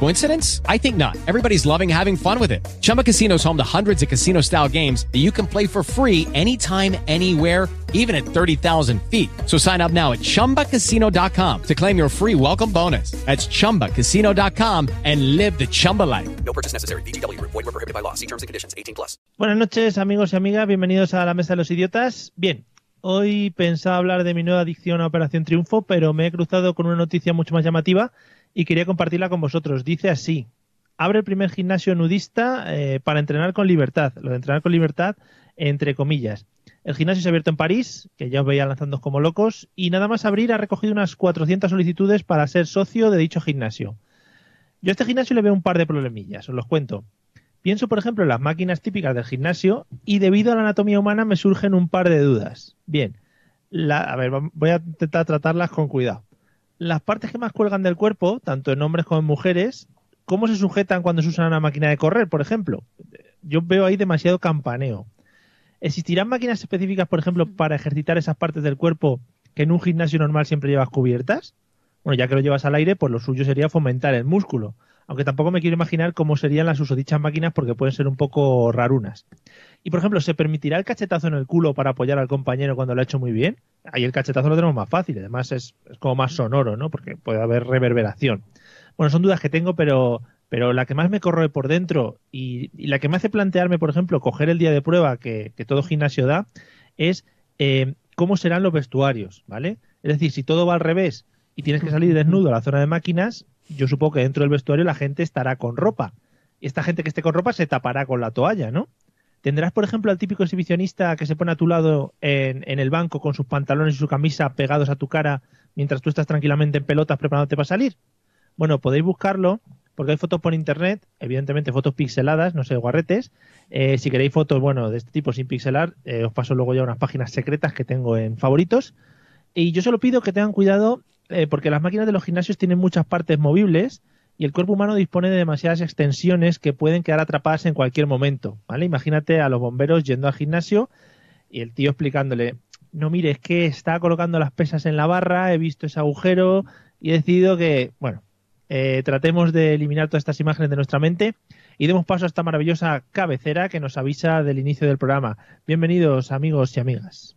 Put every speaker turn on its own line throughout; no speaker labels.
Coincidence? I think not. Everybody's loving having fun with it. Chumba Casino is home to hundreds of casino style games that you can play for free anytime, anywhere even at 30,000 feet. So sign up now at ChumbaCasino.com to claim your free welcome bonus. That's ChumbaCasino.com and live the Chumba life.
No purchase necessary. BGW. Void were prohibited by law. See terms and conditions. 18 plus.
Buenas noches, amigos y amigas. Bienvenidos a la Mesa de los Idiotas. Bien, hoy pensaba hablar de mi nueva adicción a Operación Triunfo, pero me he cruzado con una noticia mucho más llamativa y quería compartirla con vosotros. Dice así: abre el primer gimnasio nudista eh, para entrenar con libertad. Lo de entrenar con libertad, entre comillas. El gimnasio se ha abierto en París, que ya os veía lanzándoos como locos, y nada más abrir ha recogido unas 400 solicitudes para ser socio de dicho gimnasio. Yo a este gimnasio le veo un par de problemillas, os los cuento. Pienso, por ejemplo, en las máquinas típicas del gimnasio y debido a la anatomía humana me surgen un par de dudas. Bien, la- a ver, vam- voy a intentar tratarlas con cuidado. Las partes que más cuelgan del cuerpo, tanto en hombres como en mujeres, ¿cómo se sujetan cuando se usan una máquina de correr, por ejemplo? Yo veo ahí demasiado campaneo. ¿Existirán máquinas específicas, por ejemplo, para ejercitar esas partes del cuerpo que en un gimnasio normal siempre llevas cubiertas? Bueno, ya que lo llevas al aire, pues lo suyo sería fomentar el músculo. Aunque tampoco me quiero imaginar cómo serían las usodichas máquinas porque pueden ser un poco rarunas. Y por ejemplo, ¿se permitirá el cachetazo en el culo para apoyar al compañero cuando lo ha hecho muy bien? Ahí el cachetazo lo tenemos más fácil, además es, es como más sonoro, ¿no? Porque puede haber reverberación. Bueno, son dudas que tengo, pero, pero la que más me corroe por dentro y, y la que me hace plantearme, por ejemplo, coger el día de prueba que, que todo gimnasio da, es eh, cómo serán los vestuarios, ¿vale? Es decir, si todo va al revés y tienes que salir desnudo a la zona de máquinas, yo supongo que dentro del vestuario la gente estará con ropa. Y esta gente que esté con ropa se tapará con la toalla, ¿no? ¿Tendrás, por ejemplo, al típico exhibicionista que se pone a tu lado en, en el banco con sus pantalones y su camisa pegados a tu cara mientras tú estás tranquilamente en pelotas preparándote para salir? Bueno, podéis buscarlo porque hay fotos por internet, evidentemente fotos pixeladas, no sé, guarretes. Eh, si queréis fotos, bueno, de este tipo sin pixelar, eh, os paso luego ya unas páginas secretas que tengo en favoritos. Y yo solo pido que tengan cuidado eh, porque las máquinas de los gimnasios tienen muchas partes movibles y el cuerpo humano dispone de demasiadas extensiones que pueden quedar atrapadas en cualquier momento, ¿vale? Imagínate a los bomberos yendo al gimnasio y el tío explicándole, no mire, es que está colocando las pesas en la barra, he visto ese agujero y he decidido que, bueno, eh, tratemos de eliminar todas estas imágenes de nuestra mente y demos paso a esta maravillosa cabecera que nos avisa del inicio del programa. Bienvenidos amigos y amigas.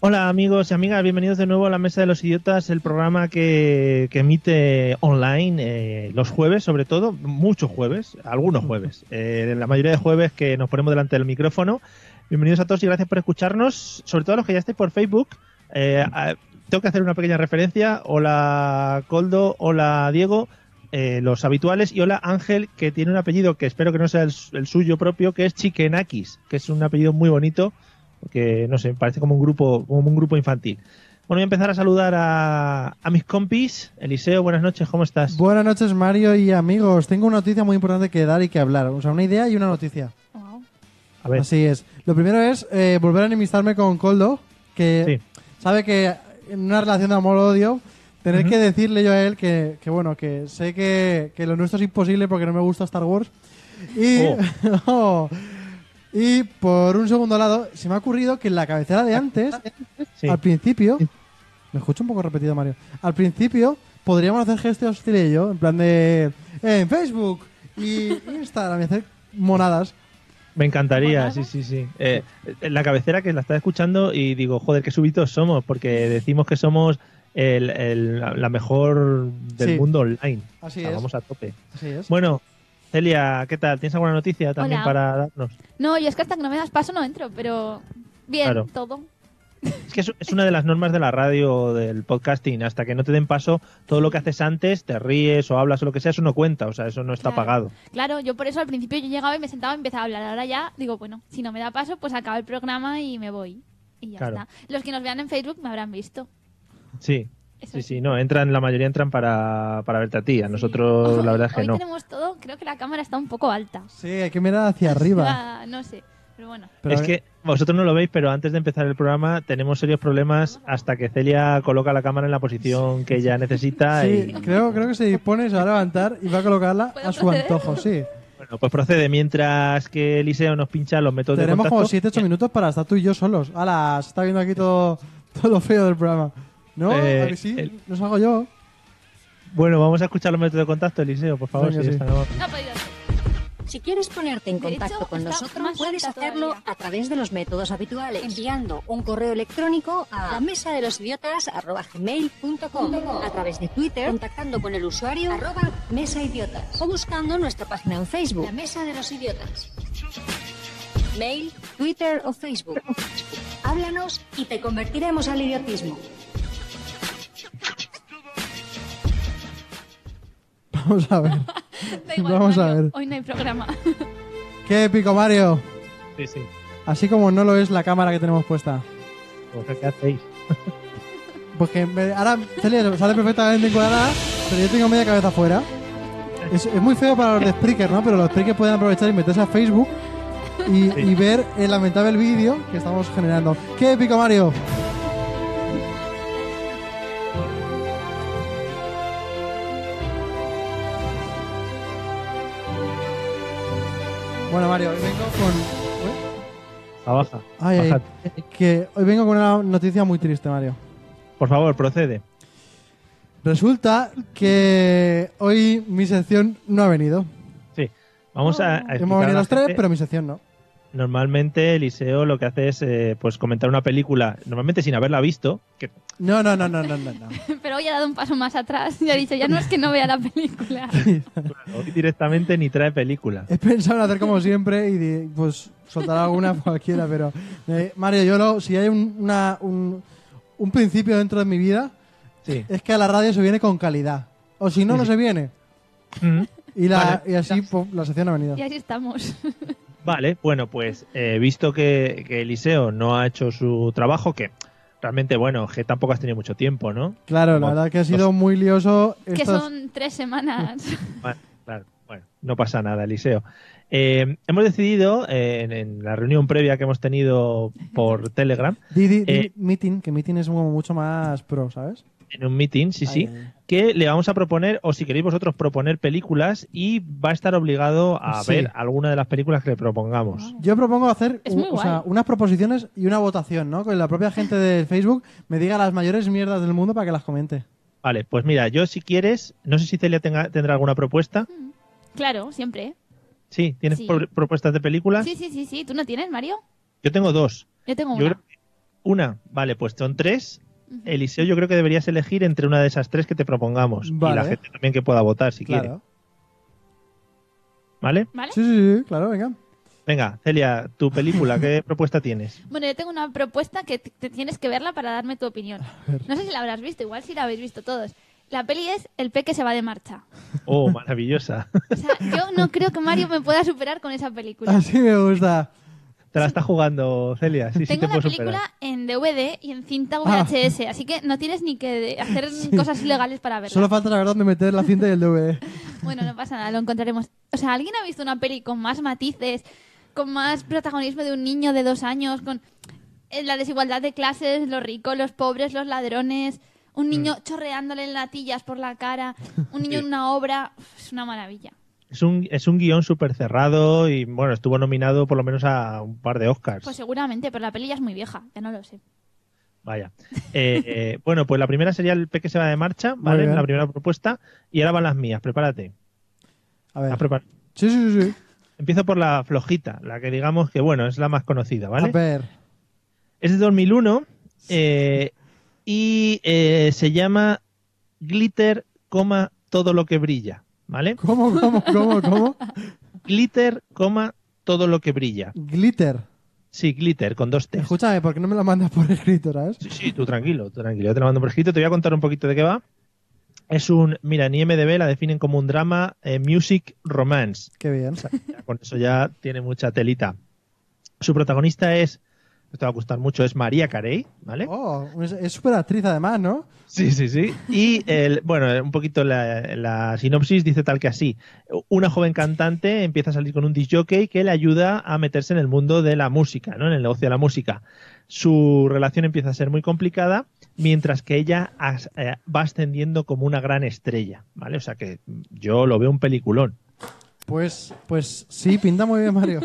Hola amigos y amigas, bienvenidos de nuevo a la Mesa de los Idiotas, el programa que, que emite online eh, los jueves, sobre todo, muchos jueves, algunos jueves, eh, la mayoría de jueves que nos ponemos delante del micrófono. Bienvenidos a todos y gracias por escucharnos, sobre todo a los que ya estáis por Facebook. Eh, a- tengo que hacer una pequeña referencia. Hola Coldo, hola Diego, eh, los habituales, y hola Ángel, que tiene un apellido que espero que no sea el, su- el suyo propio, que es Chiquenakis, que es un apellido muy bonito porque no sé, parece como un grupo, como un grupo infantil. Bueno, voy a empezar a saludar a, a mis compis. Eliseo, buenas noches, ¿cómo estás?
Buenas noches, Mario y amigos. Tengo una noticia muy importante que dar y que hablar. O sea, una idea y una noticia.
A ver,
Así es. Lo primero es eh, volver a enemistarme con Coldo, que sabe que en una relación de amor-odio, tener
Ujú.
que decirle yo a él que, que bueno, que sé que, que lo nuestro es imposible porque no me gusta Star Wars. Y,
Oh.
oh. y por un segundo lado, se me ha ocurrido que en la cabecera de antes,
sí.
al principio, me escucho un poco repetido, Mario. Al principio podríamos hacer gestos Cire y yo, en plan de en Facebook y Instagram y hacer monadas.
me encantaría, sí, sí, sí. Eh, en la cabecera que la está escuchando y digo, joder, qué súbitos somos, porque decimos que somos el- el- la mejor del
Sí.
mundo online.
Así
O sea,
es.
Ah, Vamos a tope.
Así es.
Bueno, Celia, ¿qué tal? ¿Tienes alguna noticia también
Hola.
para darnos?
No, yo es que hasta que no me das paso no entro, pero Bien,
Claro.
todo.
Es que es, es una de las normas de la radio, del podcasting. Hasta que no te den paso, todo lo que haces antes, te ríes o hablas o lo que sea, eso no cuenta. O sea, eso no está
Claro.
pagado.
Claro, yo por eso al principio yo llegaba y me sentaba y empezaba a hablar. Ahora ya digo, bueno, si no me da paso, pues acaba el programa y me voy. Y ya
Claro.
está. Los que nos vean en Facebook me habrán visto.
Sí,
Eso
sí,
es.
sí. No, entran, la mayoría entran para, para verte a ti. A
Sí.
nosotros,
Ojo,
la verdad es que
hoy
no.
tenemos todo, creo que la cámara está un poco alta.
Sí, hay que mirar hacia arriba.
Ah, no sé, pero bueno.
Pero
es
a ver-
que vosotros no lo veis, pero antes de empezar el programa tenemos serios problemas hasta que Celia coloca la cámara en la posición que ella necesita.
Sí,
y,
creo, creo que se dispone, se va a levantar y va a colocarla
¿Puedo
a su
proceder?
antojo, sí.
bueno, pues procede. Mientras que Eliseo nos pincha los métodos de
Tenemos
contacto.
como 7-8 minutos para estar tú y yo solos. Ala, se está viendo aquí todo, todo lo feo del programa. ¿No?
Eh,
¿A que sí?
el-
¿Los hago yo?
Bueno, vamos a escuchar los métodos de contacto, Eliseo, por favor.
Venga,
si
sí.
está grabado.
No ha podido ser.
Si quieres ponerte en
De hecho,
contacto con
está
nosotros,
más
puedes
alta
hacerlo
todavía.
a través de los métodos habituales, enviando un correo electrónico a la mesa de los idiotas a través de Twitter, contactando con el usuario arroba mesa idiotas o buscando nuestra página en Facebook, la mesa de los idiotas. Mail, Twitter o Facebook. Háblanos y te convertiremos al idiotismo.
Vamos a ver.
Da igual,
Vamos a
Mario,
ver.
Hoy no hay programa.
¡Qué épico, Mario!
Sí, sí.
Así como no lo es la cámara que tenemos puesta.
Pues, ¿Qué hacéis?
Porque en vez- ahora Celia sale perfectamente encuadrada, pero yo tengo media cabeza fuera. Es, es muy feo para los de Spreaker, ¿no? Pero los Spreaker pueden aprovechar y meterse a Facebook y, y ver el lamentable vídeo que estamos generando. ¡Qué épico, Mario! Bueno, Mario, hoy vengo con... ¿Eh? ¿Uy?
Abaja.
Ay, ay,
baja.
que hoy vengo con una noticia muy triste, Mario.
Por favor, procede.
Resulta que hoy mi sección no ha venido.
Sí. Vamos a. a
Ah, Hemos
explicar a
venido
la
los tres,
gente.
pero mi sección no.
Normalmente Eliseo lo que hace es eh, pues comentar una película, normalmente sin haberla visto, que
No, no, no, no, no, no. no.
Pero hoy ha dado un paso más atrás y ha dicho, ya no es que no vea la película.
hoy directamente ni trae película.
He pensado en hacer como siempre y de- pues soltar alguna cualquiera, pero eh, Mario, yo lo, si hay un, una- un, un principio dentro de mi vida
Sí.
es que a la radio se viene con calidad. O si no, no se viene.
Mm.
Y, la,
Vale.
y así pues, la sección no ha venido.
Y así estamos.
Vale, bueno, pues eh, visto que, que Eliseo no ha hecho su trabajo, que realmente, bueno, que tampoco has tenido mucho tiempo, ¿no?
Claro, la
Como
verdad que ha
dos-
sido muy lioso.
Que
estos-
son tres semanas.
Bueno, claro, bueno, no pasa nada, Eliseo. Eh, hemos decidido, eh, en, en la reunión previa que hemos tenido por Telegram,
Di, di- di
Eh,
meeting, que meeting es como mucho más pro, ¿sabes?
en un meeting, sí, sí,
Ay, ay, ay.
que le vamos a proponer, o si queréis vosotros proponer películas, y va a estar obligado a
Sí.
ver alguna de las películas que le propongamos.
Yo propongo hacer
Es
u-
muy
o sea,
guay.
unas proposiciones y una votación, ¿no? Que la propia gente de Facebook me diga las mayores mierdas del mundo para que las comente.
Vale, pues mira, yo si quieres, no sé si Celia tenga- tendrá alguna propuesta.
Claro, siempre. ¿eh?
Sí, ¿tienes
Sí.
pro- propuestas de películas?
Sí, sí, sí, sí. ¿Tú no tienes, Mario?
Yo tengo dos.
Yo tengo
Yo
una.
creo que una, vale, pues son tres.
Ujú.
Eliseo, yo creo que eh, deberías elegir entre una de esas tres que te propongamos. Y la
Vale.
gente también que pueda votar si quiere.
claro.
¿Vale?
¿Vale?
Sí, sí, sí, claro, venga.
Venga, Celia, tu película, ¿qué propuesta tienes?
Bueno, yo tengo una propuesta que t- te tienes que verla para darme tu opinión. No sé si la habrás visto, igual si la habéis visto todos. La peli es El peque se va de marcha.
Oh, maravillosa.
O sea, yo no creo que Mario me pueda superar con esa
Ah,
película.
Así me gusta.
Te la está jugando, Celia. Sí, sí,
Tengo
te
la
puedo
película
superar. Ah.
en DVD y en cinta VHS, así que no tienes ni que de- hacer cosas ilegales para verla.
Solo falta la verdad de meter la cinta y el DVD.
Bueno, no pasa nada, lo encontraremos. O sea, ¿alguien ha visto una peli con más matices, con más protagonismo de un niño de dos años, con eh, la desigualdad de clases, los ricos, los pobres, los ladrones, un niño
Mm.
chorreándole latillas por la cara, un niño en una obra? Uf, Es una maravilla.
Es un, es un guión súper cerrado y, bueno, estuvo nominado por lo menos a un par de Oscars.
Pues seguramente, pero la peli ya es muy vieja, ya no lo sé.
Vaya. Eh, eh, bueno, pues la primera sería El Peque se va de marcha,
Muy
¿vale?
bien.
La primera propuesta. Y ahora van las mías, prepárate.
A
Las
ver.
prepar-
Sí, sí, sí. sí.
Empiezo por la flojita, la que digamos que, bueno, es la más conocida,
A
¿vale?
ver.
Es de 2001 eh, y eh, se llama Glitter, coma, todo lo que brilla, ¿vale?
¿Cómo, cómo, cómo, cómo?
Glitter, coma, todo lo que brilla.
Glitter.
Sí, glitter, con dos T.
Escúchame, ¿por qué no me lo mandas por escrito, sabes?
Sí, sí, tú tranquilo, tú tranquilo. Yo te la mando por escrito. Te voy a contar un poquito de qué va. Es un. Mira, en IMDb la definen como un drama eh, music romance.
Qué bien.
Ya con eso ya tiene mucha telita. Su protagonista es. Esto va a gustar mucho, es María Carey, ¿vale?
Oh, es- es súper actriz además, ¿no?
Sí, sí, sí. Y el, bueno, un poquito la, la sinopsis dice tal que así. Una joven cantante empieza a salir con un disc jockey que le ayuda a meterse en el mundo de la música, ¿no? En el negocio de la música. Su relación empieza a ser muy complicada, mientras que ella as- eh, va ascendiendo como una gran estrella, ¿vale? O sea que yo lo veo un peliculón,
Pues, pues sí, pinta muy bien, Mario.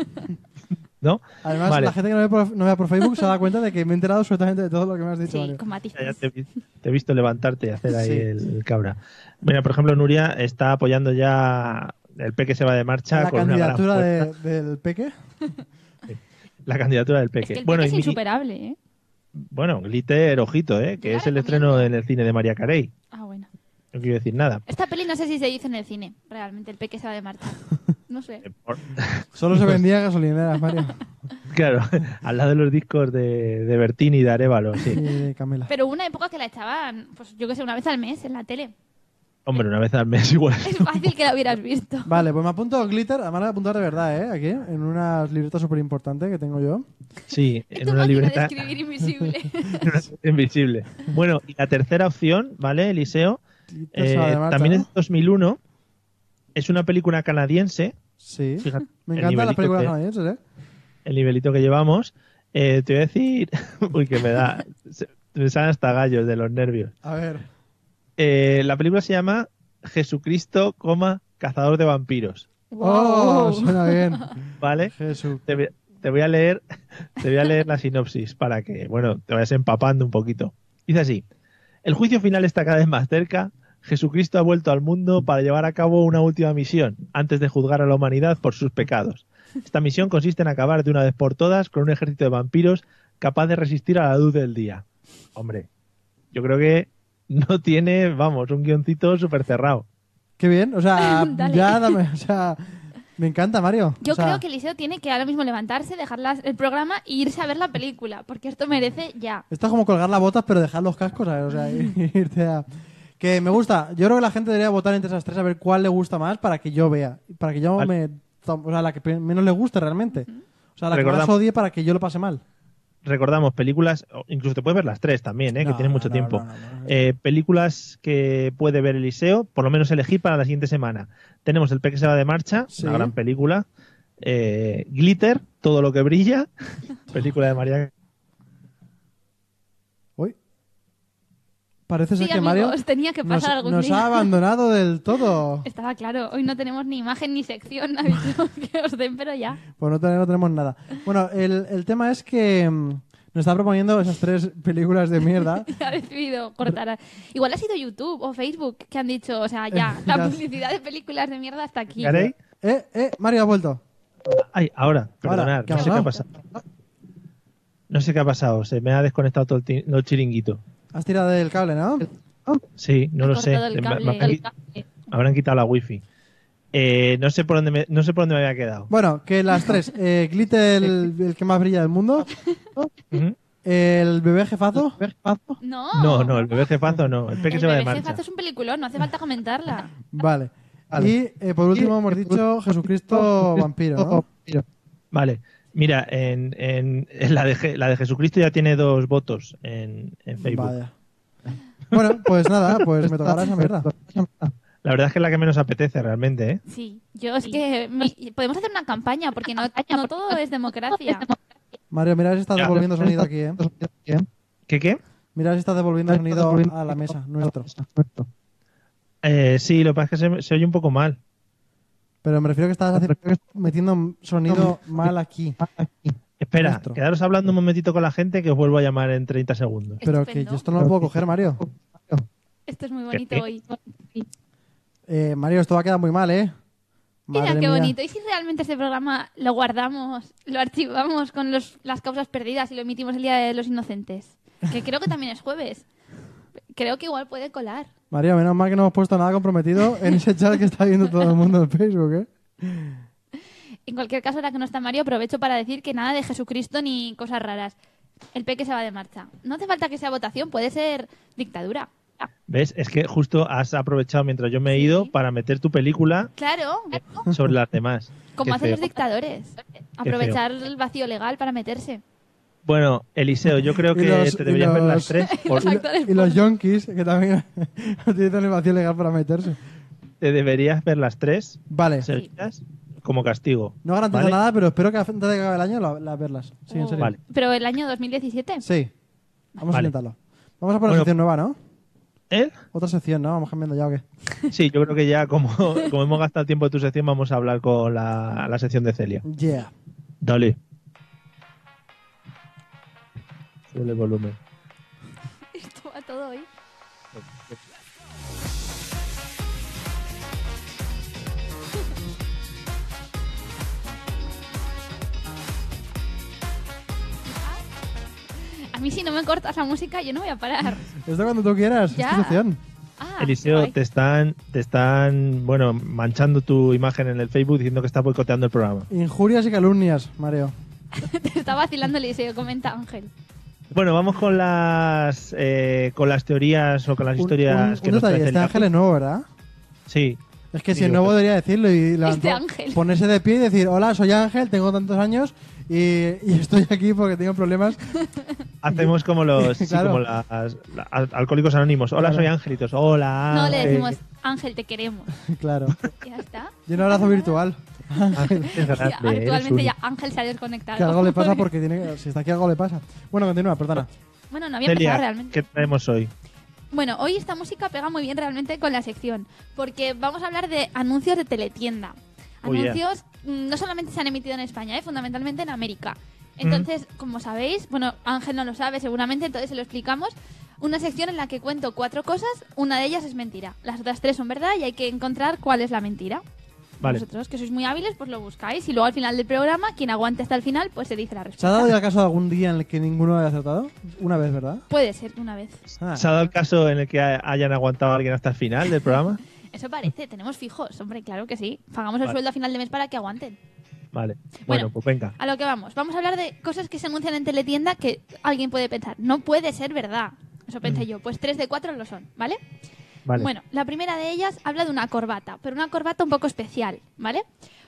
¿no?
Además,
Vale.
la gente que no ve, por, no vea por Facebook se da cuenta de que me he enterado absolutamente de todo lo que me has dicho,
Sí,
Mario.
con
Ya, ya
matices.
te, vi- te he visto levantarte y hacer ahí
Sí.
el, el cabra. Mira, por ejemplo, Nuria está apoyando ya el peque se va de marcha
La
con una gran
candidatura
pues fuerza.
de- del Peque.
La candidatura del
Es
Peque.
que el
bueno,
pique es
y Miki-
insuperable, ¿eh?
bueno, Glitter, ojito, ¿eh? que
Yo la
es el
recomiendo.
estreno en el cine de María Carey.
Ah, bueno.
No quiero decir nada.
Esta peli no sé si se hizo en el cine. Realmente, el peque se va de Marta. No sé.
Eh, por-
Solo se vendía gasolineras, Mario.
claro, al lado de los discos de, de Bertini y de Arevalo, sí.
Y de Camila.
Pero hubo una época que la echaban, pues yo qué sé, una vez al mes en la tele.
Hombre, una vez al mes igual.
Es fácil que la hubieras visto.
Vale, pues me apunto Glitter. Además, la voy a apuntar de verdad, ¿eh? Aquí, en una libreta súper importante que tengo yo.
Sí,
Es
en
tu
una
máquina
libreta
de escribir invisible.
invisible. Bueno, y la tercera opción, ¿vale, Eliseo?
Glitter
Eh,
Sala de Marcha,
también
¿no?
es 2001. Es una película canadiense.
Sí.
Fíjate,
Me
el
encantan las
nivelito
películas
que-
canadienses, ¿eh?
el nivelito que llevamos. Eh, te voy a decir. Uy, que me da. se- me salen hasta gallos de los nervios.
A ver.
Eh, la película se llama Jesucristo, coma, cazador de vampiros.
¡Oh! Suena bien.
¿Vale?
Jesús.
Te, voy- te voy a leer, te voy a leer la sinopsis para que, bueno, te vayas empapando un poquito. Dice así: El juicio final está cada vez más cerca. Jesucristo ha vuelto al mundo para llevar a cabo una última misión, antes de juzgar a la humanidad por sus pecados. Esta misión consiste en acabar de una vez por todas con un ejército de vampiros capaz de resistir a la luz del día. Hombre, yo creo que no tiene, vamos, un guioncito súper cerrado.
Qué bien. O sea,
Dale.
ya dame. O sea, me encanta, Mario.
Yo
O sea,
creo que Eliseo tiene que ahora mismo levantarse, dejar las- el programa e irse a ver la película, porque esto merece ya.
Esto es como colgar las botas, pero dejar los cascos, ¿sabes? O sea, ir- irte a... Que me gusta. Yo creo que la gente debería votar entre esas tres a ver cuál le gusta más para que yo vea. Para que yo
Vale.
me... tom- O sea, la que pe- menos le guste realmente. O sea, la que más
Recordamos-
odie para que yo lo pase mal.
recordamos películas, o incluso te puedes ver las tres también, ¿eh? que
No,
tienes
no,
mucho
no,
tiempo.
no, no, no.
Eh, películas que puede ver Eliseo, por lo menos elegir para la siguiente semana. Tenemos El Peque se va de marcha,
Sí.
una gran película. Eh, Glitter, Todo lo que brilla, película de María.
Uy. Parece
Sí,
ser que
amigos,
Mario
tenía que
nos,
pasar algún
nos
día.
ha abandonado del todo.
Estaba claro, hoy no tenemos ni imagen ni sección, habéis dicho que os den, pero ya.
Pues no, te- no tenemos nada. Bueno, el, el tema es que mm, nos está proponiendo esas tres películas de mierda.
Ha decidido cortar. Igual ha sido YouTube o Facebook que han dicho, o sea,
Eh,
ya, la
Ya.
publicidad de películas de mierda hasta aquí.
Carey.
eh, eh, Mario ha vuelto.
Ay, ahora, perdonad,
¿qué
no
ha
sé qué ha
pasado?
pasado. No sé qué ha pasado, se me ha desconectado todo el, ti- el chiringuito.
Has tirado del cable, ¿no?
Sí, no
Ha
lo sé.
cortado
Me- me
el cable,
habrán qui-
el cable.
habrán quitado la wifi. Eh, no sé por dónde me, no sé por dónde me había quedado.
Bueno, que las tres. Eh, Glitter, el, el que más brilla del mundo.
Ujú.
El bebé jefazo.
No,
Oh. No, no, el bebé jefazo no, el peque
Oh. El
se va de
bebé
marcha.
jefazo es un peliculón, no hace falta comentarla.
Vale. Y eh, por último hemos dicho Jesucristo vampiro, ¿no?
Vale, mira, en, en- en la, de, Je- la de Jesucristo ya tiene dos votos en, en Facebook.
Vaya. Bueno, pues nada, pues me tocará esa mierda.
La verdad es que es la que menos apetece realmente, ¿eh?
Sí, yo es que me- podemos hacer una campaña porque no, no todo es democracia.
Mario, mira si estás
Ya.
devolviendo sonido aquí, ¿eh?
¿Qué qué?
Mira si estás devolviendo sonido a la mesa, nuestro.
Eh, sí, lo que pasa es que se, se oye un poco mal.
Pero me refiero que estás haciendo- metiendo sonido mal aquí.
Espera,
Nuestro.
quedaros hablando un momentito con la gente que os vuelvo a llamar en 30 segundos.
Pero que
Estupendo.
yo esto no lo puedo coger, Mario.
Esto es muy bonito
¿Qué?
hoy.
Eh, Mario, esto va a quedar muy mal, ¿eh?
Mira
Madre
qué
mía.
bonito. ¿Y si realmente este programa lo guardamos, lo archivamos con los- las causas perdidas y lo emitimos el Día de los Inocentes? Que creo que también es jueves. Creo que igual puede colar.
María, menos mal que no hemos puesto nada comprometido en ese chat que está viendo todo el mundo en Facebook, ¿eh?
En cualquier caso, ahora que no está Mario, aprovecho para decir que nada de Jesucristo ni cosas raras. El peque se va de marcha. No hace falta que sea votación, puede ser dictadura. Ah,
¿Ves? Es que justo has aprovechado mientras yo me he ido
Sí.
para meter tu película
Claro,
sobre las demás. Qué
como hacen
feo.
los dictadores. Aprovechar el vacío legal para meterse.
Bueno, Eliseo, yo creo
Y
que
los-
te
y
deberías ver
los-
las tres.
Y
por-
los actores
Y los yonkis, que también utilizan el vacío legal para meterse.
te deberías ver las tres
Vale.
seguidas como castigo.
No garantiza
¿vale?
nada, pero espero que antes de que acabe el año la- las verlas. Sí, en
Oh.
serio.
Vale.
Pero el año 2017.
Sí. Vamos
Vale.
a intentarlo. Vamos a poner
Bueno.
sección nueva, ¿no?
¿Eh?
Otra sección, ¿no? Vamos cambiando ya o qué.
Sí, yo creo que ya como, como hemos gastado el tiempo de tu sección, vamos a hablar con la, la sección de Celia.
Yeah.
Dale. Sube el volumen.
Esto va todo hoy. A mí si no me cortas la música yo no voy a parar.
Esto cuando tú quieras.
Ya.
Es tu sección.
Ah,
Eliseo,
guay.
te están, te están, bueno, manchando tu imagen en el Facebook diciendo que estás boicoteando el programa.
Injurias y calumnias, Mario.
te está vacilando Eliseo, comenta Ángel.
Bueno, vamos con las, eh, con las teorías o con las
Un-
historias
un,
que
un
nos
detalle,
trae
este
Celia.
ángel es nuevo, ¿verdad?
Sí,
Es que
Sí,
si es nuevo
pero-
debería decirlo y la-
Este ángel.
ponerse de pie y decir, hola, soy Ángel, tengo tantos años y, y estoy aquí porque tengo problemas.
hacemos como los, sí,
Claro.
como las, la- al- alcohólicos anónimos. Hola,
Claro.
soy Angelitos. Hola. eh,
No le
Ángel.
decimos, Ángel, te queremos.
claro.
Ya está.
Y un abrazo virtual.
Ángel, es grande,
Ya,
Ah, eres único.
actualmente ya Ángel se ha desconectado.
Que algo le pasa porque tiene que- si está aquí algo le pasa. Bueno, continúa, perdona.
Bueno, no había empezado
Celia,
realmente.
¿qué traemos hoy?
Bueno, hoy esta música pega muy bien realmente con la sección, porque vamos a hablar de anuncios de teletienda.
Oh, yeah.
Anuncios mm, no solamente se han emitido en España, ¿eh? fundamentalmente en América. Entonces, como sabéis, bueno, Ángel no lo sabe seguramente, entonces se lo explicamos. Una sección en la que cuento cuatro cosas, una de ellas es mentira. Las otras tres son verdad y hay que encontrar cuál es la mentira.
Vale.
Vosotros, que sois muy hábiles, pues lo buscáis y luego al final del programa, quien aguante hasta el final, pues se dice la
¿Se ha
respuesta.
dado ya caso de algún día en el que ninguno haya acertado? Una vez, ¿verdad?
Puede ser una vez.
Ah,
¿Se ha dado el caso en el que ha- hayan aguantado a alguien hasta el final del programa?
Eso parece, tenemos fijos, hombre, claro que sí. Pagamos el
Vale.
sueldo a final de mes para que aguanten.
Vale. Bueno,
Bueno.
pues venga.
A lo que vamos, vamos a hablar de cosas que se anuncian en teletienda que alguien puede pensar, no puede ser verdad. Eso pensé yo, pues tres de cuatro lo son, ¿vale?
Vale.
Bueno, la primera de ellas habla de una corbata, pero una corbata un poco especial, ¿vale?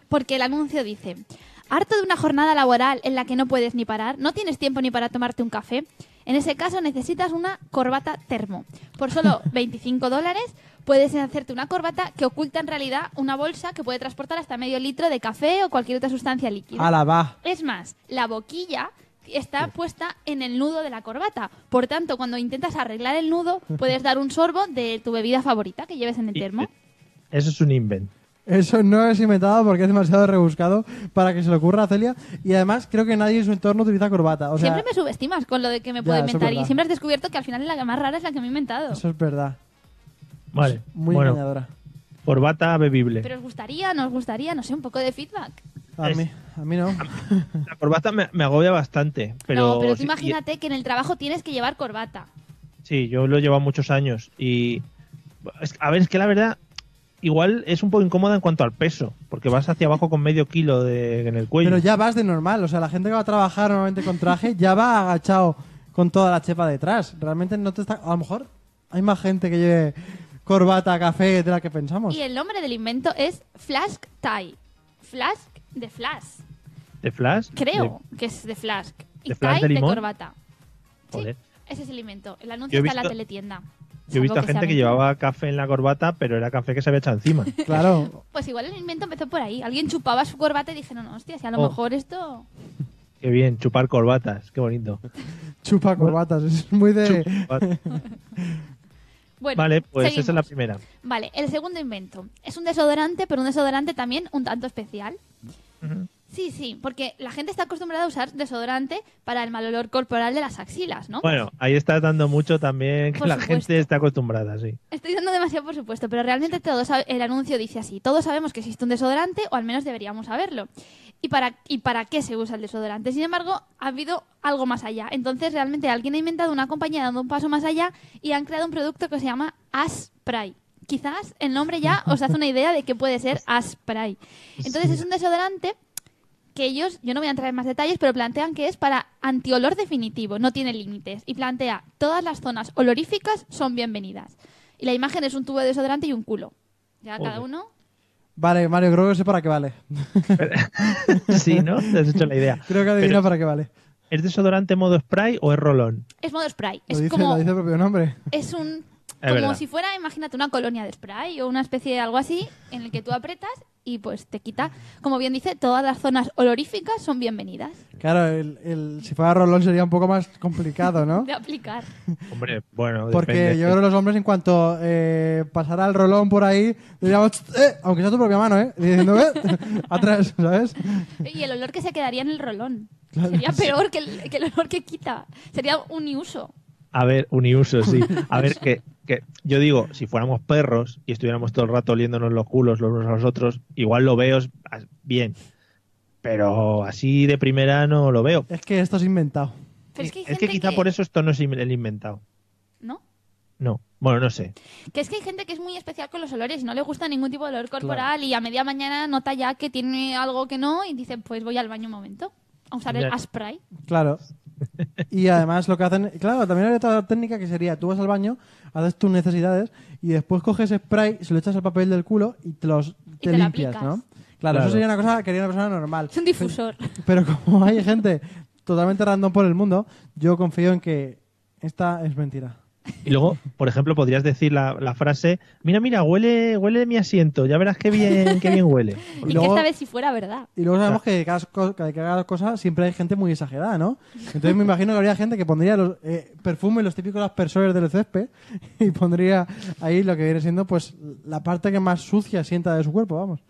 Porque el anuncio dice, harto de una jornada laboral en la que no puedes ni parar, no tienes tiempo ni para tomarte un café, en ese caso necesitas una corbata termo. Por solo 25 dólares puedes hacerte una corbata que oculta en realidad una bolsa que puede transportar hasta medio litro de café o cualquier otra sustancia líquida.
ala, va.
Es más, la boquilla está puesta en el nudo de la corbata. Por tanto, cuando intentas arreglar el nudo, puedes dar un sorbo de tu bebida favorita que lleves en el
Y-
termo.
Eso es un invent.
Eso no es inventado porque es demasiado rebuscado para que se le ocurra a Celia. Y además creo que nadie en su entorno utiliza corbata. O sea,
siempre me subestimas con lo de que me
Ya,
puedo
eso es
inventar y
verdad.
siempre has descubierto que al final la más rara es la que me he inventado.
eso es verdad.
Vale.
Pues Muy
bueno,
engañadora.
corbata bebible.
Pero os gustaría, no os gustaría, no sé, un poco de feedback.
A
es-
mí, a mí no.
La corbata me, me agobia bastante. Pero
no, pero tú
sí,
imagínate que en el trabajo tienes que llevar corbata.
Sí, yo lo he llevado muchos años. Y. es- a ver, es que la verdad. Igual es un poco incómoda en cuanto al peso. Porque vas hacia abajo con medio kilo de, en el cuello.
Pero ya vas de normal. O sea, la gente que va a trabajar normalmente con traje ya va agachado con toda la chepa detrás. Realmente no te está. A lo mejor hay más gente que lleve corbata, café de la que pensamos.
Y el nombre del invento es Flask Tie. Flask de Flask,
De flash.
creo que es de Flask. Y
de Flask
tie
de
de
limón.
corbata.
de- joder.
Ese es el invento. El
Yo
anuncio
he
está en la
visto-
teletienda.
Yo he visto a
Salvo sea
gente que
mentira.
llevaba café en la corbata, pero era café que se había echado encima.
Claro.
Pues igual el invento empezó por ahí. Alguien chupaba su corbata y dijeron, no, hostia, si a lo
Oh.
mejor esto...
Qué bien, chupar corbatas, qué bonito.
Chupa corbatas. Es muy de.
Chupa-
Bueno,
Vale, pues esa es la
seguimos.
primera.
Vale, el segundo invento. Es un desodorante, pero un desodorante también un tanto especial.
Ujú.
Sí, sí, porque la gente está acostumbrada a usar desodorante para el mal olor corporal de las axilas, ¿no?
Bueno, ahí estás dando mucho también que
Por
la
supuesto.
gente está acostumbrada, sí.
Estoy dando demasiado por supuesto, pero realmente todos sab- el anuncio dice así. Todos sabemos que existe un desodorante, o al menos deberíamos saberlo. ¿Y para, ¿Y para qué se usa el desodorante? Sin embargo, ha habido algo más allá. Entonces, realmente alguien ha inventado una compañía dando un paso más allá y han creado un producto que se llama Ash Spray. Quizás el nombre ya os hace una idea de qué puede ser Ash Spray. Entonces, es un desodorante que ellos, yo no voy a entrar en más detalles, pero plantean que es para antiolor definitivo, no tiene límites. Y plantea, todas las zonas oloríficas son bienvenidas. Y la imagen es un tubo de desodorante y un culo. Ya cada
Joder.
uno.
Vale, Mario, creo que sé para qué vale.
Sí, ¿no? Te has hecho la idea.
Creo que adivino
Pero-
para qué vale.
¿Es desodorante modo spray o es rolón?
Es modo spray.
Lo
Es
dice,
como.
lo dice el propio nombre.
Es un.
Es
como
verdad.
si fuera, imagínate, una colonia de spray o una especie de algo así, en el que tú apretas y pues te quita. Como bien dice, todas las zonas oloríficas son bienvenidas
Claro, el, el- si fuera Rolón sería un poco más complicado, ¿no?
de aplicar.
Hombre, bueno,
Porque
depende.
yo creo que los hombres, en cuanto eh, pasara el rolón por ahí, diríamos, "Eh", aunque sea tu propia mano, ¿eh? Diciendo, "Eh", atrás, ¿sabes?
Y el olor que se quedaría en el rolón. Sería peor que el, que el olor que quita. Sería uniuso.
A ver, uniuso, sí. A ver, que, que yo digo, si fuéramos perros y estuviéramos todo el rato oliéndonos los culos los unos a los otros, igual lo veo as- bien. Pero así de primera no lo veo.
Es que esto es inventado.
Pero es que hay
es
gente
que quizá por eso esto no es in- el inventado.
¿no?
No, bueno, no sé.
Que es que hay gente que es muy especial con los olores, no le gusta ningún tipo de olor corporal y a media mañana nota ya que tiene algo que no y dice, pues voy al baño un momento a usar el
Ya.
spray.
Claro. Y además lo que hacen, claro, también hay otra técnica que sería, tú vas al baño, haces tus necesidades y después coges spray, se lo echas al papel del culo y te los te
te lo
limpias,
aplicas.
¿no? Claro, eso
Claro.
sería una cosa que haría una persona normal.
Es un difusor.
Pero como hay gente totalmente random por el mundo, yo confío en que esta es mentira.
Y luego, por ejemplo, podrías decir la, la frase, mira, mira, huele, huele mi asiento, ya verás qué bien, qué bien huele.
Y,
luego-
que esta vez si fuera verdad.
Y luego sabemos que de cada, co- que de cada cosa siempre hay gente muy exagerada, ¿no? Entonces me imagino que habría gente que pondría los eh, perfumes, los típicos aspersores del césped, y pondría ahí lo que viene siendo pues la parte que más sucia sienta de su cuerpo, vamos.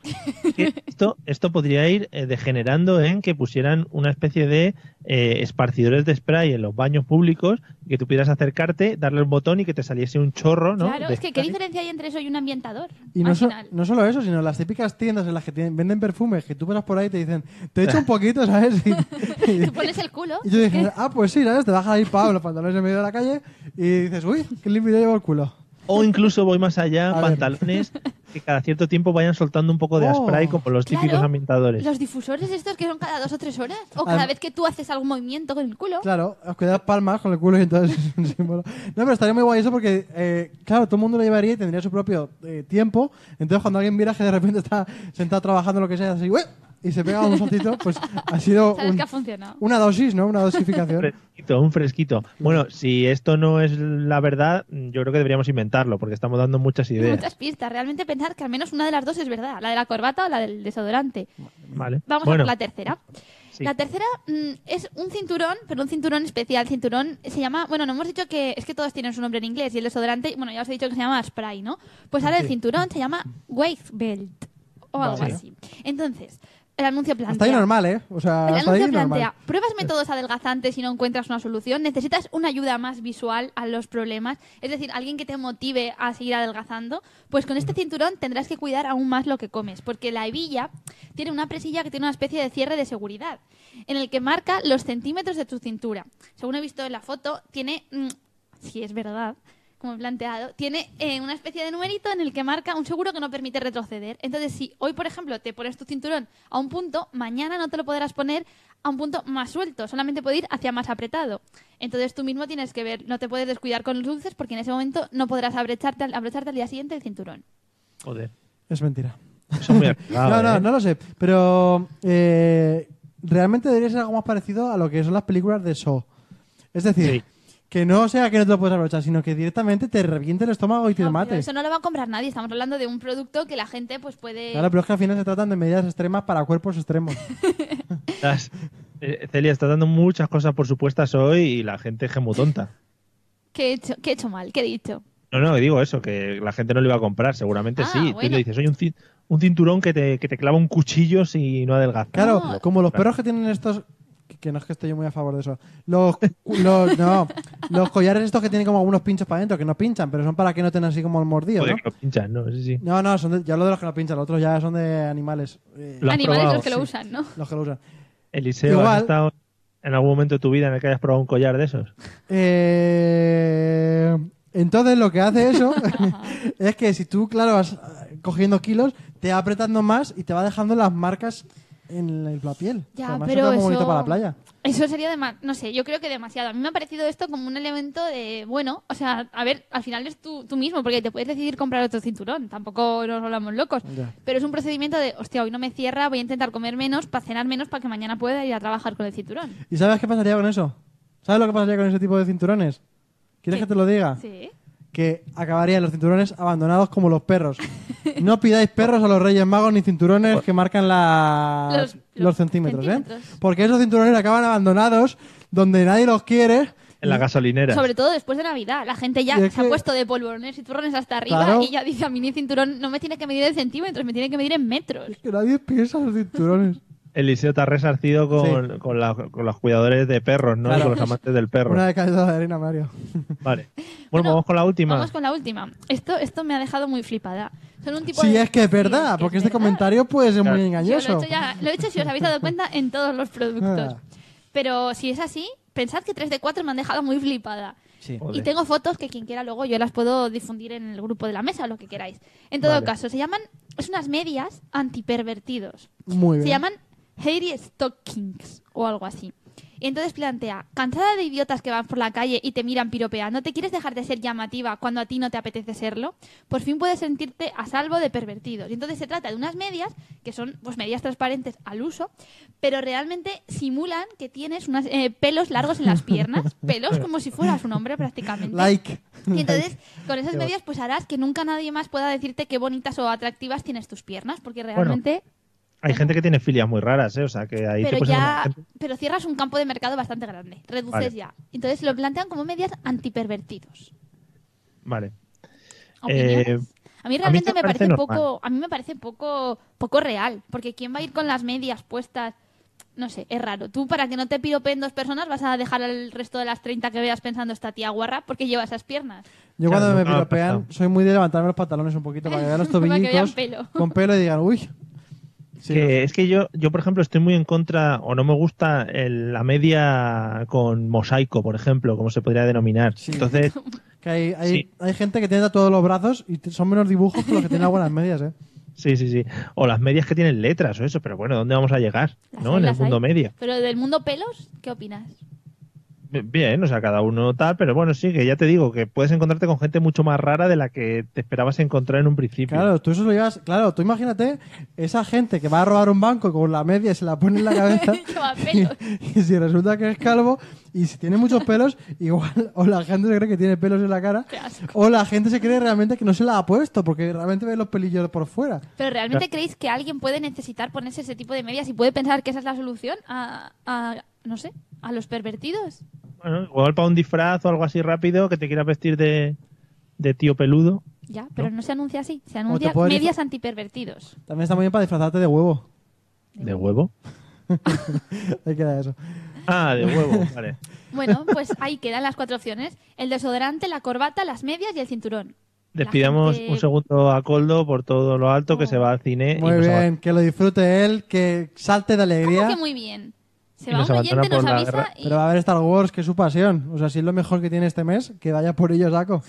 que esto, esto podría ir eh, degenerando en que pusieran una especie de eh, esparcidores de spray en los baños públicos, que tú pudieras acercarte, darle un botón y que te saliese un chorro, ¿no?
claro,
De
es que qué
spray.
diferencia hay entre eso y un ambientador.
Y no,
al
so-
final.
no solo eso, sino las típicas tiendas en las que tienen- venden perfumes, que tú pasas por ahí y te dicen, te echo un poquito, ¿sabes? Y, y-
Tú pones el culo.
y yo dije, ah, pues sí, ¿sabes? Te bajas ahí, Pablo, los pantalones en medio de la calle, y dices, uy, qué limpio llevo el culo.
O incluso voy más allá,
A ver.
pantalones que cada cierto tiempo vayan soltando un poco de
Oh.
spray como los
Claro,
típicos ambientadores.
Los difusores estos que son cada dos o tres horas o
Ah,
cada vez que tú haces algún movimiento con el culo.
Claro, os quedáis palmas con el culo y entonces es un símbolo. No, pero estaría muy guay eso porque, eh, claro, todo el mundo lo llevaría y tendría su propio eh, tiempo. Entonces, cuando alguien mira que de repente está sentado trabajando lo que sea, así, "Ué", y se pega un saltito, pues ha sido
Sabes
un-
que ha funcionado.
una dosis, ¿no? Una
Un
dosificación.
fresquito, un fresquito. Bueno, si esto no es la verdad, yo creo que deberíamos inventarlo, porque estamos dando muchas ideas.
Muchas pistas. Realmente pensar que al menos una de las dos es verdad, la de la corbata o la del desodorante.
Vale.
Vamos
bueno,
a por la tercera.
sí.
La tercera mm, es un cinturón, pero un cinturón especial. Cinturón se llama, bueno, no hemos dicho que es que todos tienen su nombre en inglés y el desodorante, bueno, ya os he dicho que se llama spray, ¿no? Pues ahora el cinturón se llama waist belt o algo
Vale.
así. Entonces, el anuncio plantea.
Hasta ahí normal, ¿eh? O sea,
El
hasta ahí
anuncio plantea,
normal.
pruebas métodos adelgazantes y no encuentras una solución, necesitas una ayuda más visual a los problemas, es decir, alguien que te motive a seguir adelgazando, pues con este cinturón tendrás que cuidar aún más lo que comes, porque la hebilla tiene una presilla que tiene una especie de cierre de seguridad, en el que marca los centímetros de tu cintura. Según he visto en la foto, tiene, mm, si es verdad, como he planteado, tiene eh, una especie de numerito en el que marca un seguro que no permite retroceder. Entonces, si hoy, por ejemplo, te pones tu cinturón a un punto, mañana no te lo podrás poner a un punto más suelto, solamente puede ir hacia más apretado. Entonces tú mismo tienes que ver, no te puedes descuidar con los dulces porque en ese momento no podrás abrocharte al, abrocharte al día siguiente el cinturón.
Joder,
Es mentira.
eso es muy arriesgado,
no, no,
¿eh?
no lo sé. Pero eh, realmente debería ser algo más parecido a lo que son las películas de Saw. Es decir, que no sea que no te lo puedes abrochar, sino que directamente te reviente el estómago y te
No, pero
mate.
eso no lo va a comprar nadie, estamos hablando de un producto que la gente pues puede...
Claro, pero es que al final se tratan de medidas extremas para cuerpos extremos.
Estás- eh, Celia está dando muchas cosas por supuestas hoy y la gente es muy tonta.
¿Qué, he hecho, ¿Qué he hecho mal? ¿Qué he dicho?
No, no, digo eso, que la gente no lo iba a comprar, seguramente
Ah,
sí. Tú
bueno.
le dices, oye, un, cin- un cinturón que te, que te clava un cuchillo si no adelgazas.
Claro,
No.
como los perros que tienen estos... que- Que no es que esté yo muy a favor de eso. Los, los- no, los collares estos que tienen como algunos pinchos para adentro, que no pinchan, pero son para que no tengan así como el mordido,
Joder,
¿no?
que lo pinchan, ¿no? Sí, sí.
No, no, son de- yo hablo de los que no pinchan, los otros ya son de animales. eh,
Lo has
Animales
probado,
los que lo
sí.
usan, ¿no?
los que lo usan.
Eliseo,
Igual.
¿has estado en algún momento de tu vida en el que hayas probado un collar de esos?
Eh, entonces lo que hace eso es que si tú, claro, vas eh, cogiendo kilos, te va apretando más y te va dejando las marcas en la, en la piel.
Ya,
Que además
pero
es muy
eso-
bonito para la playa.
Eso sería demasiado, no sé, yo creo que demasiado. A mí me ha parecido esto como un elemento de, bueno, o sea, a ver, al final es tú, tú mismo, porque te puedes decidir comprar otro cinturón, tampoco nos volvamos locos.
Ya.
Pero es un procedimiento de, hostia, hoy no me cierra, voy a intentar comer menos, para cenar menos, para que mañana pueda ir a trabajar con el cinturón.
¿Y sabes qué pasaría con eso? ¿Sabes lo que pasaría con ese tipo de cinturones? ¿Quieres
¿Qué?
que te lo diga?
Sí.
Que acabarían los cinturones abandonados como los perros. No pidáis perros a los Reyes Magos ni cinturones que marcan las-
Los-
los,
los
centímetros, ¿eh?
centímetros.
Porque esos cinturones acaban abandonados donde nadie los quiere.
En la gasolinera.
Sobre todo después de Navidad, la gente ya
Y
se
es
ha
que-
puesto de polvorones y turrones hasta arriba
Claro.
y ya dice, a mí mi cinturón no me tiene que medir en centímetros, me tiene que medir en metros.
Que nadie piensa en los cinturones.
Eliseo está resarcido con, con, la- con los cuidadores de perros, ¿no?
Claro.
Y con los amantes del perro.
Una de calzada de arena, Mario.
Vale. Bueno, pues vamos con la última.
Vamos con la última. Esto, esto me ha dejado muy flipada. Son un tipo
Si
de-
es que es verdad,
pues, Sí, es que
porque
es
este
verdad.
comentario puede ser
Claro.
muy
Yo lo he
engañoso.
hecho ya, lo he hecho si os habéis dado cuenta en todos los productos.
Ah.
Pero si es así, pensad que 3 de 4 me han dejado muy flipada.
Sí.
Joder.
Y tengo fotos que quien quiera luego yo las puedo difundir en el grupo de la mesa o lo que queráis. En todo
Vale.
caso, se llaman, es unas medias antipervertidos.
Muy bien.
Se llaman Harry Stockings o algo así. Y entonces plantea, cansada de idiotas que van por la calle y te miran piropeando, ¿te quieres dejar de ser llamativa cuando a ti no te apetece serlo? Por fin puedes sentirte a salvo de pervertidos. Y entonces se trata de unas medias, que son pues medias transparentes al uso, pero realmente simulan que tienes unos pelos largos en las piernas, pelos como si fueras un hombre prácticamente.
Like.
Y entonces, con esas
Qué
medias, pues harás que nunca nadie más pueda decirte qué bonitas o atractivas tienes tus piernas, porque realmente
Hay gente que tiene filias muy raras, ¿eh? O sea, que ahí te
pero
puedes
ya
encontrar gente-
pero cierras un campo de mercado bastante grande reduces
Vale.
ya entonces lo plantean como medias antipervertidos
Vale.
Opiniones.
Eh,
a mí realmente
te
me
parece
parece,
normal.
poco a mí me parece poco poco real porque quién va a ir con las medias puestas no sé, es raro. Tú, para que no te piropeen dos personas, vas a dejar al resto de las 30 que veas pensando esta tía guarra porque lleva esas piernas.
Yo
Claro,
cuando
nunca
me
me ha
piropean
pasado.
soy muy de levantarme los pantalones un poquito para que vean los
Para que vean
tobillitos
pelo.
con pelo y digan, uy. Sí,
que es que yo, yo, por ejemplo, estoy muy en contra o no me gusta el- la media con mosaico, por ejemplo, como se podría denominar.
Sí.
Entonces,
que hay, hay,
Sí.
hay gente que tiene todos los brazos y t- son menos dibujos que los que tienen algunas medias, ¿eh?
sí, sí, sí. O las medias que tienen letras o eso, pero bueno, ¿dónde vamos a llegar?
Las
¿No?
hay,
en el
las
mundo
hay.
media.
Pero del mundo pelos, ¿qué opinas?
Bien, o sea, cada uno tal, pero bueno, sí, que ya te digo que puedes encontrarte con gente mucho más rara de la que te esperabas encontrar en un principio.
Claro, tú eso lo llevas. Claro, tú imagínate esa gente que va a robar un banco con la media y se la pone en la cabeza.
Lleva pelos.
y, y si resulta que es calvo y si tiene muchos pelos, igual o la gente se cree que tiene pelos en la cara
Qué asco.
o la gente se cree realmente que no se la ha puesto porque realmente ve los pelillos por fuera.
¿Pero realmente creéis que alguien puede necesitar ponerse ese tipo de medias y puede pensar que esa es la solución a, a, no sé, a los pervertidos?
Bueno, igual para un disfraz o algo así rápido que te quieras vestir de, de tío peludo.
Ya, pero no, se anuncia así. Se
te
anuncia
puedes
medias antipervertidos.
También está muy bien para disfrazarte de huevo.
¿De huevo?
Ahí queda eso.
Ah, de huevo, vale.
Bueno, pues ahí quedan las cuatro opciones. El desodorante, la corbata, las medias y el cinturón. La
Despidamos
gente-
un segundo a Coldo por todo lo alto que se va al cine.
Muy
y nos abandona.
bien, que lo disfrute él, que salte de
¿Cómo que
alegría.
muy bien? Se
Y
va
nos
un
abandona
oyente, nos
por la
avisa
guerra.
y...
Pero va a ver Star Wars, que es su pasión. O sea, si es lo mejor que tiene este mes, que vaya por ello saco.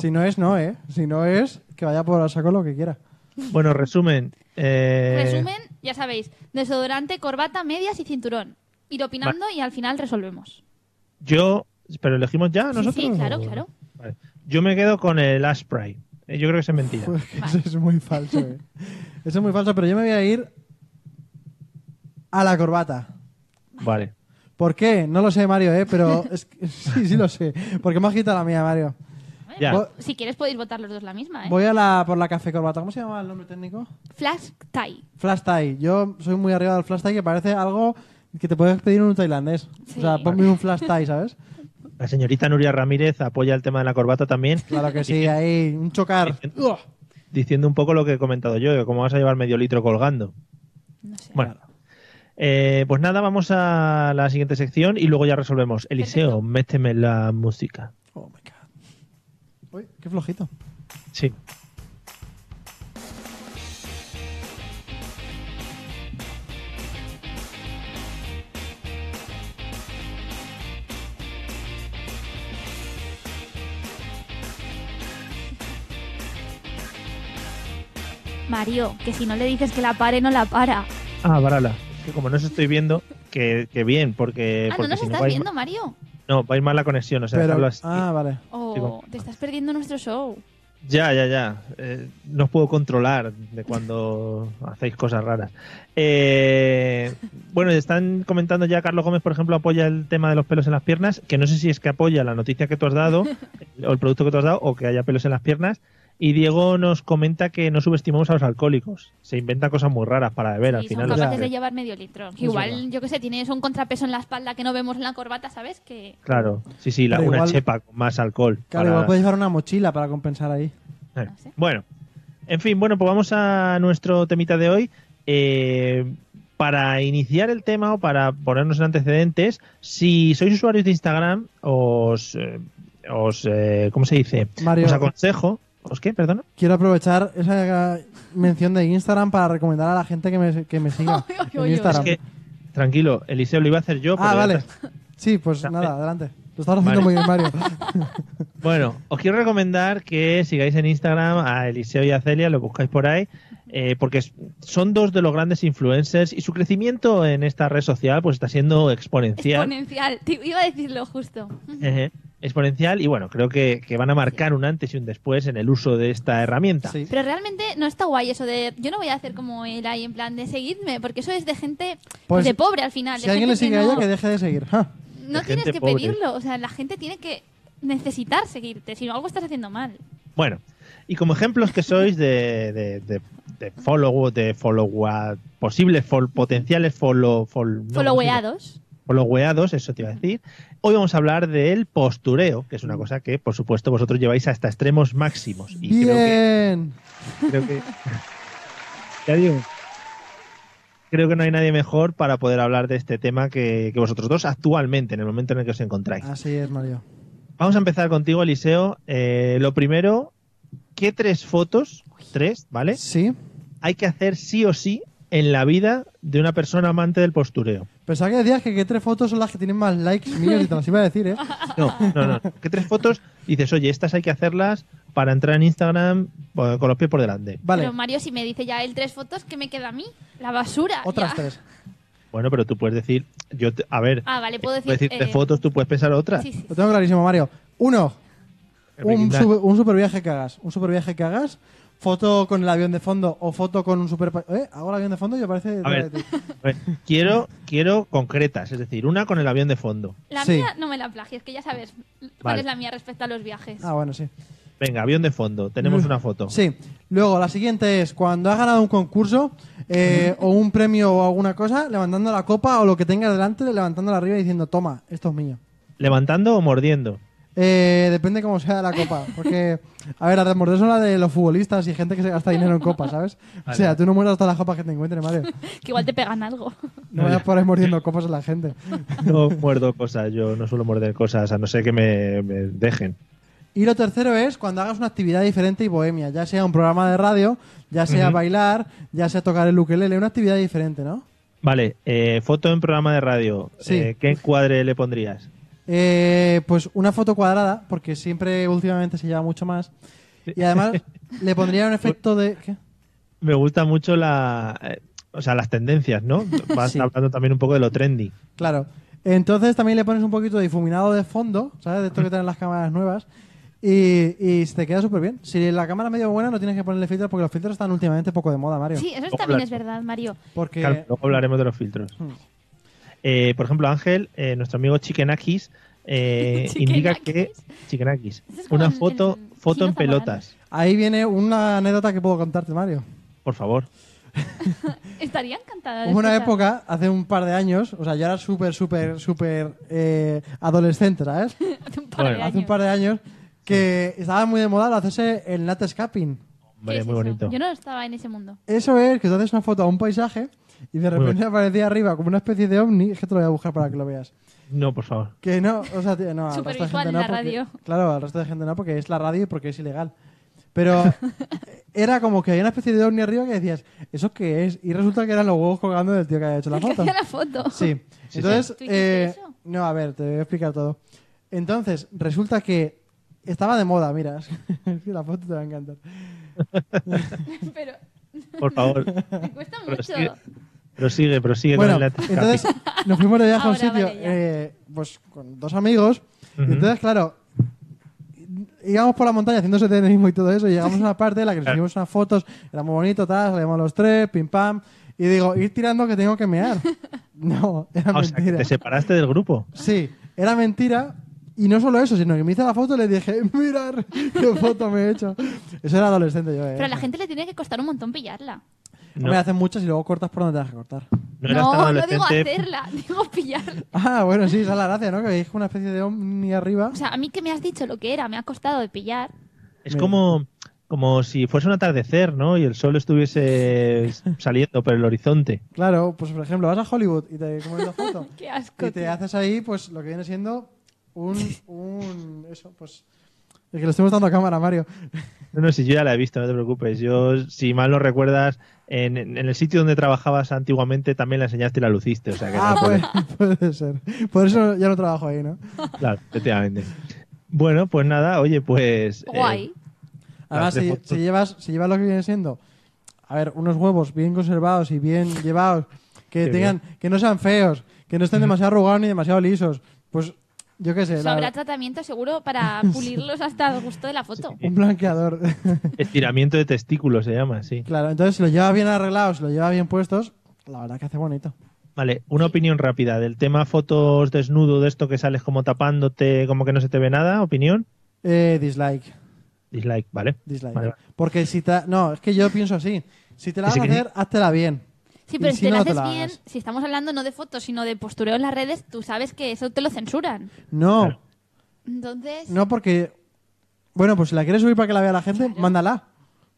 si no es, no, ¿eh? Si no es, que vaya por saco lo que quiera.
Bueno, resumen. eh,
Resumen, ya sabéis, desodorante, corbata, medias y cinturón. Ir opinando y al final resolvemos.
Yo, pero elegimos ya
Sí,
nosotros.
sí, claro, claro.
Vale. Yo me quedo con el Asprey. Eh, Yo creo que es mentira.
Pues que
Vale.
eso es muy falso, ¿eh? Eso es muy falso, pero yo me voy a ir a la corbata.
Vale.
¿Por qué? No lo sé, Mario, ¿eh? Pero es que- sí, sí lo sé. Porque me has quitado la mía, Mario.
Ya.
Voy,
Si quieres podéis votar los dos la misma, ¿eh?
voy a la, por la café corbata. ¿Cómo se llama el nombre técnico?
Flash tie.
Flash tie. Yo soy muy arriba del flash tie que parece algo que te puedes pedir en un tailandés.
Sí.
O sea, ponme un flash tie, ¿sabes?
La señorita Nuria Ramírez apoya el tema de la corbata también,
Claro que sí, ahí, un chocar.
Diciendo- diciendo un poco lo que he comentado yo, de cómo vas a llevar medio litro colgando.
No sé.
Bueno, eh, pues nada, vamos a la siguiente sección y luego ya resolvemos. Eliseo, méteme la música.
Oh my god. Uy, qué flojito.
Sí.
Mario, que si no le dices que la pare, no la para.
Ah, Barala. Que como no os estoy viendo, que, que bien, porque.
ah, ¿no
Eh, porque
nos
si
estás
vais,
viendo, Mario?
No, vais mal la conexión, o sea,
Pero,
hablo así.
ah, vale.
O
Digo-
te estás perdiendo nuestro show.
Ya, ya, ya. Eh, no os puedo controlar de cuando hacéis cosas raras. Eh, bueno, están comentando ya, Carlos Gómez, por ejemplo, apoya el tema de los pelos en las piernas, que no sé si es que apoya la noticia que tú has dado, o el producto que tú has dado, o que haya pelos en las piernas. Y Diego nos comenta que no subestimamos a los alcohólicos. Se inventan cosas muy raras para beber al
Sí,
final.
son
o sea
capaces
que-
de llevar medio litro.
Es
Igual,
verdad.
yo qué sé, tienes un contrapeso en la espalda que no vemos en la corbata, ¿sabes? Que
Claro, sí, sí, la,
Pero
una
igual-
chepa con más alcohol.
Claro,
para-
igual puedes llevar una mochila para compensar ahí.
Eh,
No sé.
Bueno, en fin, bueno, pues vamos a nuestro temita de hoy. Eh, para iniciar el tema o para ponernos en antecedentes, si sois usuarios de Instagram, os, eh, os eh, ¿cómo se dice?
Mario,
Os aconsejo. ¿Os qué? Perdona.
quiero aprovechar esa mención de Instagram para recomendar a la gente que me, que me siga
Oy, oy,
en
oy, oy.
Instagram.
Es que, tranquilo, Eliseo lo iba a hacer yo. pero
ah,
ya
vale.
está.
Sí, pues
Dame.
nada, adelante. Lo estás haciendo
Vale.
muy bien, Mario.
Bueno, os quiero recomendar que sigáis en Instagram a Eliseo y a Celia, lo buscáis por ahí, eh, porque es- son dos de los grandes influencers y su crecimiento en esta red social pues está siendo exponencial.
Exponencial. Te iba a decirlo justo.
Ejé, exponencial y bueno, creo que, que van a marcar un antes y un después en el uso de esta herramienta.
Sí.
Pero realmente no está guay eso de. Yo no voy a hacer como él ahí, en plan de seguidme, porque eso es de gente
Pues,
de pobre al final.
Si
de
alguien le
gente
sigue a
que
ella,
no-
que deje de seguir. Ja.
No
De
tienes
gente
que
pobre.
pedirlo, o sea, la gente tiene que necesitar seguirte, si no algo estás haciendo mal.
Bueno, y como ejemplos que sois de, de, de, de follow, de follow, posibles fol- potenciales follow, fol- no,
Followeados.
followeados, eso te iba a decir. Hoy vamos a hablar del postureo, que es una cosa que, por supuesto, vosotros lleváis hasta extremos máximos. Y creo que
Bien.
Creo que. Ya digo. Creo que no hay nadie mejor para poder hablar de este tema que, que vosotros dos actualmente, en el momento en el que os encontráis.
Ah.
Así es, Mario.
Vamos a empezar contigo, Eliseo. Eh, lo primero, ¿qué tres fotos, tres, ¿vale?
Sí.
Hay que hacer sí o sí en la vida de una persona amante del postureo.
Pensaba que decías que, que tres fotos son las que tienen más likes míos y te las iba a decir, ¿eh?
No, no, no. ¿Qué tres fotos dices, oye, estas hay que hacerlas para entrar en Instagram eh, con los pies por delante?
Vale,
Pero Mario, si me dice ya él tres fotos, ¿qué me queda a mí? La basura.
otras
ya.
tres.
Bueno, pero tú puedes decir, yo, te- a ver,
Ah, vale, puedo
puedes
decir.
decir tres
eh,
fotos, tú puedes pensar otras.
sí, sí.
Lo tengo clarísimo, Mario. Uno, un,
Breaking
super, un superviaje que hagas. Un superviaje que hagas. Foto con el avión de fondo o foto con un super... ¿Eh? ¿Hago el avión de fondo? Yo parece...
A ver. A ver, quiero, quiero concretas, es decir, una con el avión de fondo.
La
Sí.
mía no me la plagies, que ya sabes cuál
Vale.
es la mía respecto a los viajes.
Ah, bueno, sí.
Venga, avión de fondo, tenemos una foto.
Mm, Sí. Luego, la siguiente es cuando has ganado un concurso eh, o un premio o alguna cosa, levantando la copa o lo que tengas delante, levantándola arriba y diciendo, toma, esto es mío.
¿Levantando o mordiendo?
Eh, depende cómo sea la copa. Porque, a ver, las de morder son las de los futbolistas y gente que se gasta dinero en copas, ¿sabes? O sea, tú no mueras todas las copas que te encuentres, Mario.
Que igual te pegan algo.
No vayas por ahí mordiendo copas a la gente.
No muerdo cosas, yo no suelo morder cosas, a no ser que me, me dejen.
Y lo tercero es cuando hagas una actividad diferente y bohemia, ya sea un programa de radio, ya sea bailar, ya sea tocar el ukelele, una actividad diferente, ¿no?
Vale, eh, foto en programa de radio.
Sí.
Eh, ¿Qué encuadre le pondrías?
Eh, pues una foto cuadrada, porque siempre últimamente se lleva mucho más. Y además le pondría un efecto de... ¿qué?
Me gusta mucho la, eh, o sea, las tendencias, ¿no? Vas
Sí.
hablando también un poco de lo trendy.
Claro. Entonces también le pones un poquito de difuminado de fondo, ¿sabes? De esto que tienen las cámaras nuevas. Y, y se te queda súper bien. Si la cámara es medio buena, no tienes que ponerle filtros porque los filtros están últimamente poco de moda, Mario.
Sí, eso
Ojo,
también
la-
es verdad, Mario.
Porque...
Claro, luego hablaremos de los filtros.
Hmm.
Eh, por ejemplo, Ángel, eh, nuestro amigo Chiquenakis, eh, indica que
Chiquenakis.
Chiquenakis,
Eso es como
una
el-
foto,
el
foto
chino
en pelotas,
Ahí viene una anécdota que puedo contarte, Mario.
por favor.
Estaría encantada. de
Hubo una
escuchar.
época, hace un par de años, o sea, yo era súper, súper, súper eh, adolescente, ¿sabes?
Hace un par de
Bueno,
Hace un
años.
par de años, que estaba muy de moda el hacerse el nat scapping.
¿Qué
Hombre,
es
muy
eso?
bonito.
Yo no estaba en ese mundo.
Eso es que tú haces una foto a un paisaje y de repente aparecía arriba como una especie de ovni. Es que te lo voy a buscar para que lo veas.
No, por favor.
Que no, o sea, tío, no, al resto de
Supervisual
gente
en
no.
la
porque-
radio.
Claro, al resto de gente no, porque es la radio y porque es ilegal. Pero era como que había una especie de ovni arriba que decías, ¿eso qué es? Y resulta que eran los huevos colgando del tío que había hecho la
El que
foto.
hacía la foto.
Sí.
sí.
Entonces,
¿Tú hiciste
eh,
eso?
no, a ver, te voy a explicar todo. Entonces, resulta que estaba de moda, mira. Es que la foto te va a encantar.
Pero
Por favor.
me cuesta
Pero
mucho.
sigue, Prosigue, prosigue
Bueno,
con la
entonces nos fuimos de viaje a un
Ahora,
sitio
vale, ya.
eh, pues con dos amigos.
Ujú.
Entonces, claro, íbamos por la montaña haciendo senderismo y todo eso. Y llegamos a una parte en la que nos
Claro.
hicimos unas fotos, era muy bonito, tal, salíamos los tres, pim pam. Y digo, ir tirando que tengo que mear. No, era
o sea, que
mentira.
te separaste del grupo.
Sí, era mentira. Y no solo eso, sino que me hice la foto y le dije, mirar qué foto me he hecho. Eso era adolescente yo, eh.
Pero a la gente le tiene que costar un montón pillarla.
No,
Me hacen muchas y luego cortas por donde tengas que cortar.
no eras tan
no digo
adolescente.
hacerla, digo pillarla.
Ah, bueno, sí, esa es la gracia, ¿no? Que veis una especie de ovni arriba.
O sea, a mí que me has dicho lo que era, me ha costado de pillar.
es como, como si fuese un atardecer, ¿no? Y el sol estuviese saliendo por el horizonte.
Claro, pues por ejemplo, vas a Hollywood y te comes la foto.
Qué asco.
y te
tío.
haces ahí, pues lo que viene siendo un. un eso, pues. Es que lo estoy mostrando a cámara, Mario.
No, no, si yo ya la he visto, no te preocupes. Yo, si mal no recuerdas, en, en el sitio donde trabajabas antiguamente también la enseñaste y la luciste. O sea que no
Ah,
te
pues, puede ser. Por eso ya no trabajo ahí, ¿no?
Claro, efectivamente. Bueno, pues nada, oye, pues. eh,
Guay.
Las
Además, si,
de fotos.
si llevas, si llevas lo que viene siendo, a ver, unos huevos bien conservados y bien llevados, que
Qué
tengan, que no sean feos, que no estén demasiado arrugados ni demasiado lisos, pues yo qué sé,
Eso
la-
habrá tratamiento seguro para pulirlos hasta el gusto de la foto.
un blanqueador.
estiramiento de testículos se llama, sí.
claro, entonces si lo llevas bien arreglados, si lo llevas bien puestos, la verdad que hace bonito.
Vale, una opinión rápida del tema fotos desnudo, de esto que sales como tapándote, como que no se te ve nada. Opinión,
Eh, dislike,
dislike, ¿vale?
dislike.
Vale, vale.
Porque si te... No, es que yo pienso así. Si te la vas
Ese
a
que sí.
hacer, háztela bien.
Sí,
Y
pero si,
si
te
no,
lo
te
haces
la
bien,
hagas.
si estamos hablando no de fotos, sino de postureo en las redes, tú sabes que eso te lo censuran.
No,
Claro.
Entonces,
no porque... Bueno, pues si la quieres subir para que la vea la gente, mándala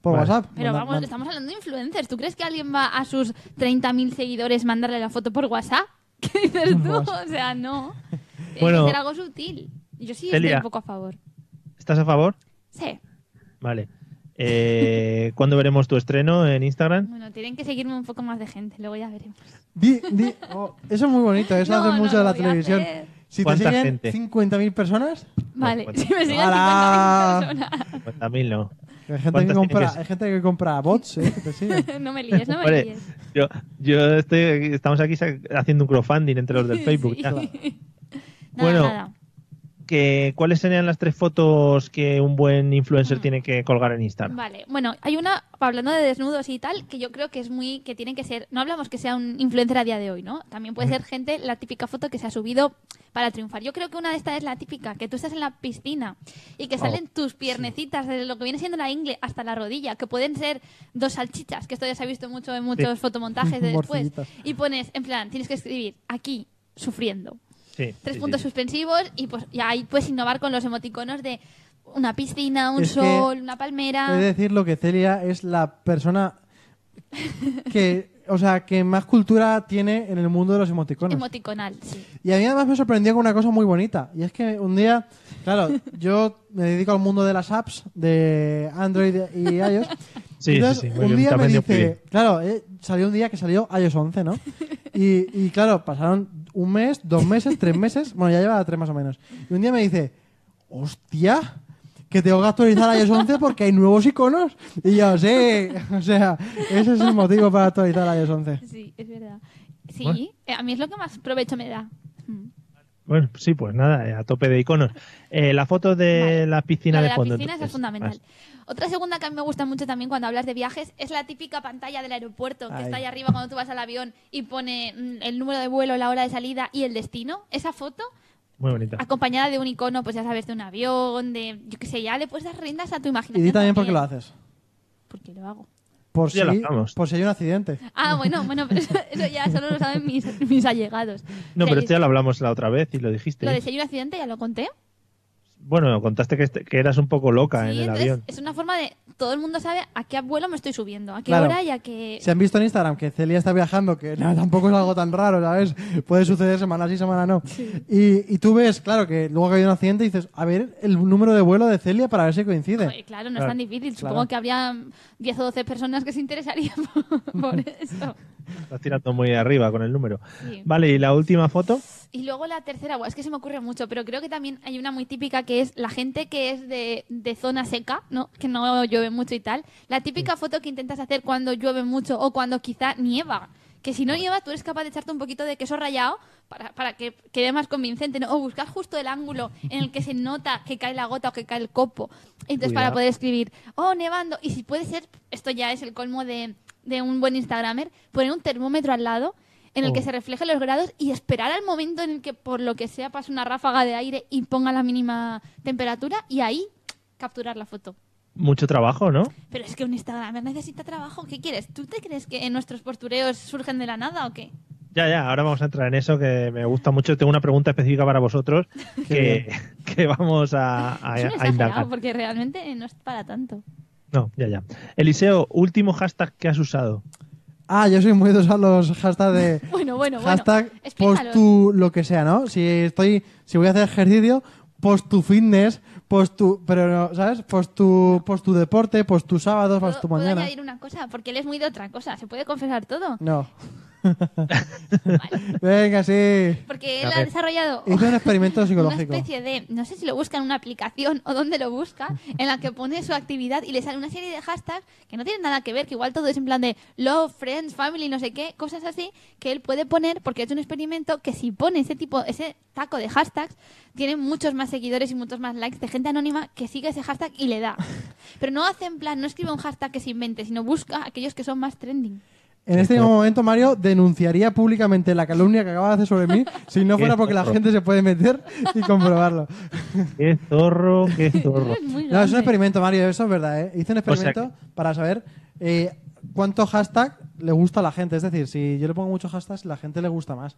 por
Vale.
WhatsApp.
pero
Manda-
vamos,
manda-
estamos hablando de influencers. ¿Tú crees que alguien va a sus 30.000 seguidores mandarle la foto por WhatsApp? ¿Qué dices tú? O sea, no. Tiene
Bueno.
que ser algo sutil. Yo sí estoy
Celia.
un poco a favor.
¿Estás a favor?
Sí.
Vale. Eh, ¿Cuándo veremos tu estreno en Instagram?
Bueno, tienen que seguirme un poco más de gente, luego ya veremos.
Di- di- oh, eso es muy bonito, eso
No,
hace
no
mucho
lo
de la
voy a
televisión.
hacer.
Si te
¿Cuánta
siguen
gente?
50.000 personas,
Vale,
bueno.
si me siguen
¡Hala!
50.000
Pues También no.
hay gente,
¿Cuántas
que
tiene que
compra,
ser?
hay gente que compra bots eh, que te siguen.
personas. no me líes, no me
Hombre,
líes.
yo, yo estoy, estamos aquí sa- haciendo un crowdfunding entre los del Facebook.
Sí.
ya.
Nada,
Bueno.
nada.
que, ¿cuáles serían las tres fotos que un buen influencer tiene que colgar en Instagram?
Ah. Vale, bueno, hay una, hablando de desnudos y tal, que yo creo que es muy, que tienen que ser, no hablamos que sea un influencer a día de hoy, ¿no? También puede ser gente, la típica foto que se ha subido para triunfar. Yo creo que una de estas es la típica, que tú estás en la piscina y
Oh,
que salen tus piernecitas, desde lo que viene siendo la ingle hasta la rodilla, que pueden ser dos salchichas, que esto ya se ha visto mucho en muchos fotomontajes de después.
Morcillitas.
Y pones, en plan, tienes que escribir aquí, sufriendo
Sí,
tres
sí,
puntos
sí, sí.
suspensivos y pues y ahí puedes innovar con los emoticonos de una piscina, un
Es que-
sol, una
He
palmera.
de decir lo que Celia es la persona que, o sea, que más cultura tiene en el mundo de los emoticonos.
Emoticonal, sí.
y a mí además me sorprendió con una cosa muy bonita. Y es que un día, claro, yo me dedico al mundo de las apps de Android y iOS.
Sí,
Entonces,
sí, sí, muy
un
bien,
día me
también yo fui.
dice, claro, eh, salió un día que salió iOS 11, ¿no? Y, y claro, pasaron un mes, dos meses, tres meses, bueno, ya llevaba tres más o menos. Y un día me dice, hostia, que tengo que actualizar iOS 11 porque hay nuevos iconos. Y yo, sí, o sea, ese es el motivo para actualizar iOS 11.
Sí, es verdad. Sí,
Bueno.
eh, a mí es lo que más provecho me da. Mm.
Bueno, pues sí, pues nada, eh, a tope de iconos. Eh, la foto de
Vale.
la piscina
La de
de
la
fondo.
piscina esa es
entonces. Ah,
fundamental.
Ah.
Otra segunda que a mí me gusta mucho también cuando hablas de viajes es la típica pantalla del aeropuerto que
Ay.
está ahí arriba cuando tú vas al avión y pone mm, el número de vuelo, la hora de salida y el destino. Esa foto
Muy bonita.
acompañada de un icono, pues ya sabes, de un avión, de yo qué sé, ya le puedes dar riendas a
Y
tu imaginación.
di también por qué lo haces.
Porque lo hago.
Por si,
Ya lo hacemos.
por si hay un accidente.
Ah, bueno, bueno, pero eso, eso ya solo lo saben mis, mis allegados.
No,
O sea,
pero
y-
esto ya lo hablamos la otra vez y lo dijiste.
Lo de si hay un accidente ya lo conté.
Bueno, contaste que, est- que eras un poco loca en
Sí,
el
entonces,
avión.
es una forma de... Todo el mundo sabe a qué vuelo me estoy subiendo, a qué
Claro.
hora y a qué...
Si han visto en Instagram que Celia está viajando, que no, tampoco es algo tan raro, ¿sabes? Puede suceder semana sí, semana no. Y, y tú ves, claro, que luego que hay un accidente dices, a ver el número de vuelo de Celia para ver si coincide.
Joder, claro, no es tan difícil.
claro.
Supongo que habría 10 o 12 personas que se interesarían por, por eso.
Estás tirando muy arriba con el número.
Sí.
Vale, y la última foto.
Y luego la tercera, buah, es que se me ocurre mucho, pero creo que también hay una muy típica que es la gente que es de, de zona seca, ¿no? Que no llueve mucho y tal. La típica foto que intentas hacer cuando llueve mucho o cuando quizá nieva. que si no lleva, tú eres capaz de echarte un poquito de queso rallado para, para que quede más convincente, ¿no? O buscar justo el ángulo en el que se nota que cae la gota o que cae el copo. Entonces, para
Cuidado.
poder escribir, oh, nevando. Y si puede ser, esto ya es el colmo de, de un buen Instagramer, poner un termómetro al lado en el que
Oh.
se reflejen los grados y esperar al momento en el que, por lo que sea, pase una ráfaga de aire y ponga la mínima temperatura y ahí capturar la foto.
Mucho trabajo, ¿no?
Pero es que un Instagramer necesita trabajo. ¿Qué quieres? ¿Tú te crees que nuestros postureos surgen de la nada o qué?
Ya, ya, ahora vamos a entrar en eso que me gusta mucho. Tengo una pregunta específica para vosotros que, que vamos a, a-
es un
a indagar.
exagerado porque realmente no es para tanto.
No, ya, ya. Eliseo, último hashtag que has usado.
Ah, yo soy muy de usar los hashtags de
Bueno, bueno, bueno.
hashtag
Explícalo.
postu lo que sea, ¿no? Si estoy, si voy a hacer ejercicio, post tu fitness, post tu, pero no, ¿sabes? Post tu, post tu deporte, post tu sábado,
¿Puedo,
post tu
puedo
mañana.
añadir una cosa? Porque él es muy de otra cosa. ¿Se puede confesar todo?
No.
Vale.
Venga, sí.
Porque
A
él ha
ver.
desarrollado
Hice un experimento
una
psicológico.
especie de, no sé si lo busca en una aplicación o dónde lo busca, en la que pone su actividad y le sale una serie de hashtags que no tienen nada que ver, que igual todo es en plan de love, friends, family, no sé qué, cosas así, que él puede poner porque ha hecho un experimento que si pone ese tipo, ese taco de hashtags, tiene muchos más seguidores y muchos más likes de gente anónima que sigue ese hashtag y le da. Pero no hace en plan, no escribe un hashtag que se invente, sino busca aquellos que son más trending.
En este mismo momento, Mario denunciaría públicamente la calumnia que acaba de hacer sobre mí si no fuera
Qué
porque la
zorro.
gente se puede meter y comprobarlo.
Qué zorro, qué zorro.
Es
No, es
muy
un
grande.
experimento, Mario, eso es verdad. ¿eh? Hice un
O sea
experimento para saber eh, cuánto hashtag le gusta a la gente. Es decir, si yo le pongo muchos hashtags, la gente le gusta más.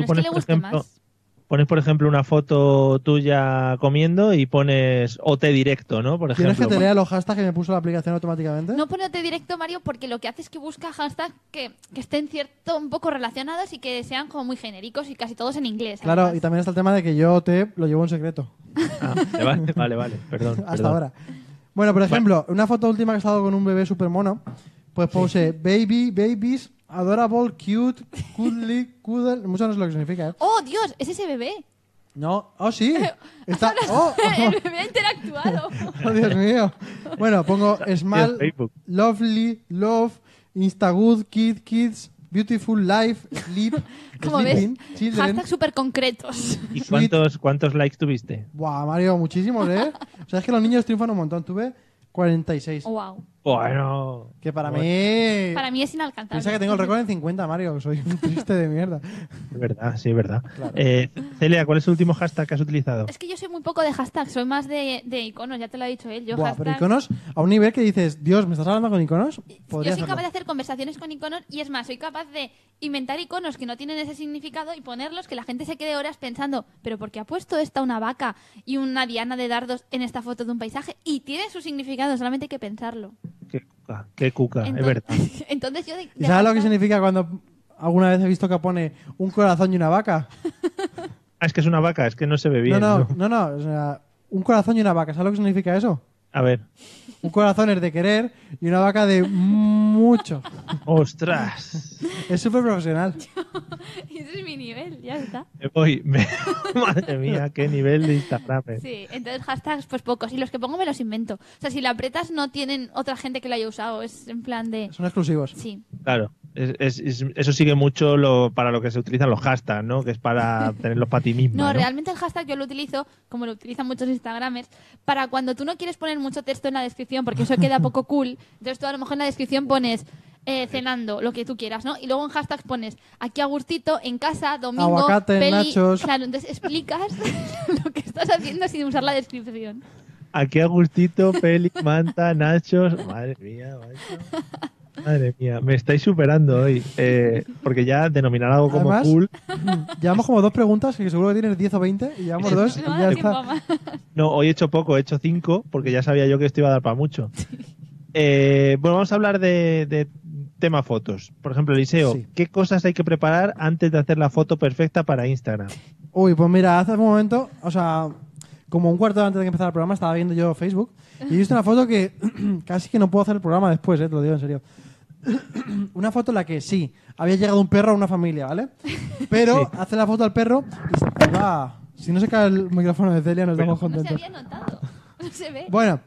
Tú
no es que
pones,
le
por
guste
ejemplo,
más.
Pones, por ejemplo, una foto tuya comiendo y pones OT directo, ¿no? Por
¿Quieres que
ejemplo.
te lea los hashtags que me puso la aplicación automáticamente?
No ponerte directo, Mario, porque lo que hace es que busca hashtags que, que estén cierto un poco relacionados y que sean como muy genéricos y casi todos en inglés.
Claro,
además.
y también está el tema de que yo te lo llevo en secreto.
Ah, vale, vale, vale, perdón.
Hasta
perdón.
ahora. Bueno, por ejemplo, una foto última que he estado con un bebé super mono, pues puse baby, babies, adorable, cute, cuddly, cuddle. Mucho no sé lo que significa, ¿eh?
¡Oh, Dios! ¡Es ese bebé!
No, oh sí. Está, oh,
¡El bebé ha interactuado!
oh, Dios mío. Bueno, pongo
Dios,
small,
Facebook.
lovely, love, instagood, kid, kids, beautiful, life, sleep,
Como
sleeping,
ves,
children.
hashtags súper concretos.
¿Y cuántos, cuántos likes tuviste?
Buah, Mario, muchísimos, ¿eh? O sea, es que los niños triunfan un montón. Tuve 46.
¡Wow!
Bueno.
Que para
bueno,
mí...
Oh. Para mí es inalcanzable.
Piensa que tengo el récord en 50, Mario. Soy un triste de mierda.
Es verdad, sí, es verdad.
Claro.
Eh, Celia, ¿cuál es el último hashtag que has utilizado?
Es que yo soy muy poco de hashtags, soy más de, de iconos, ya te lo ha dicho él. Yo,
Buah,
hashtag-
pero iconos, a un nivel que dices, Dios, ¿me estás hablando con iconos?
yo soy
Podría hacerlo.
capaz de hacer conversaciones con iconos y es más, soy capaz de inventar iconos que no tienen ese significado y ponerlos que la gente se quede horas pensando, pero ¿por qué ha puesto esta una vaca y una diana de dardos en esta foto de un paisaje? Y tiene su significado, solamente hay que pensarlo.
Qué cuca, qué cuca, es
Entonces,
verdad.
entonces yo de-
¿Y
de
Ah, sabes lo que
hashtag-
significa cuando alguna vez he visto que pone un corazón y una vaca?
Ah, es que es una vaca, es que no se ve bien.
no, no,
¿no?
no, no. o sea, un corazón y una vaca. ¿Sabes lo que significa eso?
A ver.
Un corazón es de querer y una vaca de mucho.
¡Ostras!
Es súper profesional.
Ese es mi nivel, ya está.
Me voy. me- Madre mía, qué nivel de Instagram. eh.
Sí, entonces hashtags pues pocos. Y los que pongo me los invento. O sea, si la apretas no tienen otra gente que lo haya usado. Es en plan de...
Son exclusivos.
Sí.
Claro. es- es- es- eso sigue mucho lo, para lo que se utilizan los hashtags, ¿no? Que es para tenerlos para ti mismo.
No, realmente el hashtag yo lo utilizo, como lo utilizan muchos Instagramers, para cuando tú no quieres poner mucho texto en la descripción, porque eso queda poco cool. Entonces tú a lo mejor en la descripción pones eh, cenando, lo que tú quieras, ¿no? Y luego en hashtags pones aquí a gustito, en casa, domingo,
Aguacate,
peli.
nachos.
Claro, entonces explicas lo que estás haciendo sin usar la descripción.
Aquí a gustito, Peli, Manta, Nachos. Madre mía, macho. Madre mía, me estáis superando hoy. Eh, porque ya denominar algo como
Además-
cool.
Llevamos como dos preguntas, que seguro que tienes 10 o 20, y llevamos dos y
No da
ya
tiempo
está.
a más.
No, hoy he hecho poco, he hecho cinco, porque ya sabía yo que esto iba a dar para mucho. Eh, bueno, vamos a hablar de, de tema fotos. Por ejemplo, Eliseo,
Sí.
¿qué cosas hay que preparar antes de hacer la foto perfecta para Instagram?
Uy, pues mira, hace un momento, o sea, como un cuarto de antes de que empezara el programa, estaba viendo yo Facebook y he visto una foto que casi que no puedo hacer el programa después, eh, te lo digo en serio. una foto en la que sí, había llegado un perro a una familia, ¿vale? Pero hace la foto al perro y se va. Si no se cae el micrófono de Celia, nos
Bueno.
damos
No se
contentos.
había notado. No se ve.
Bueno,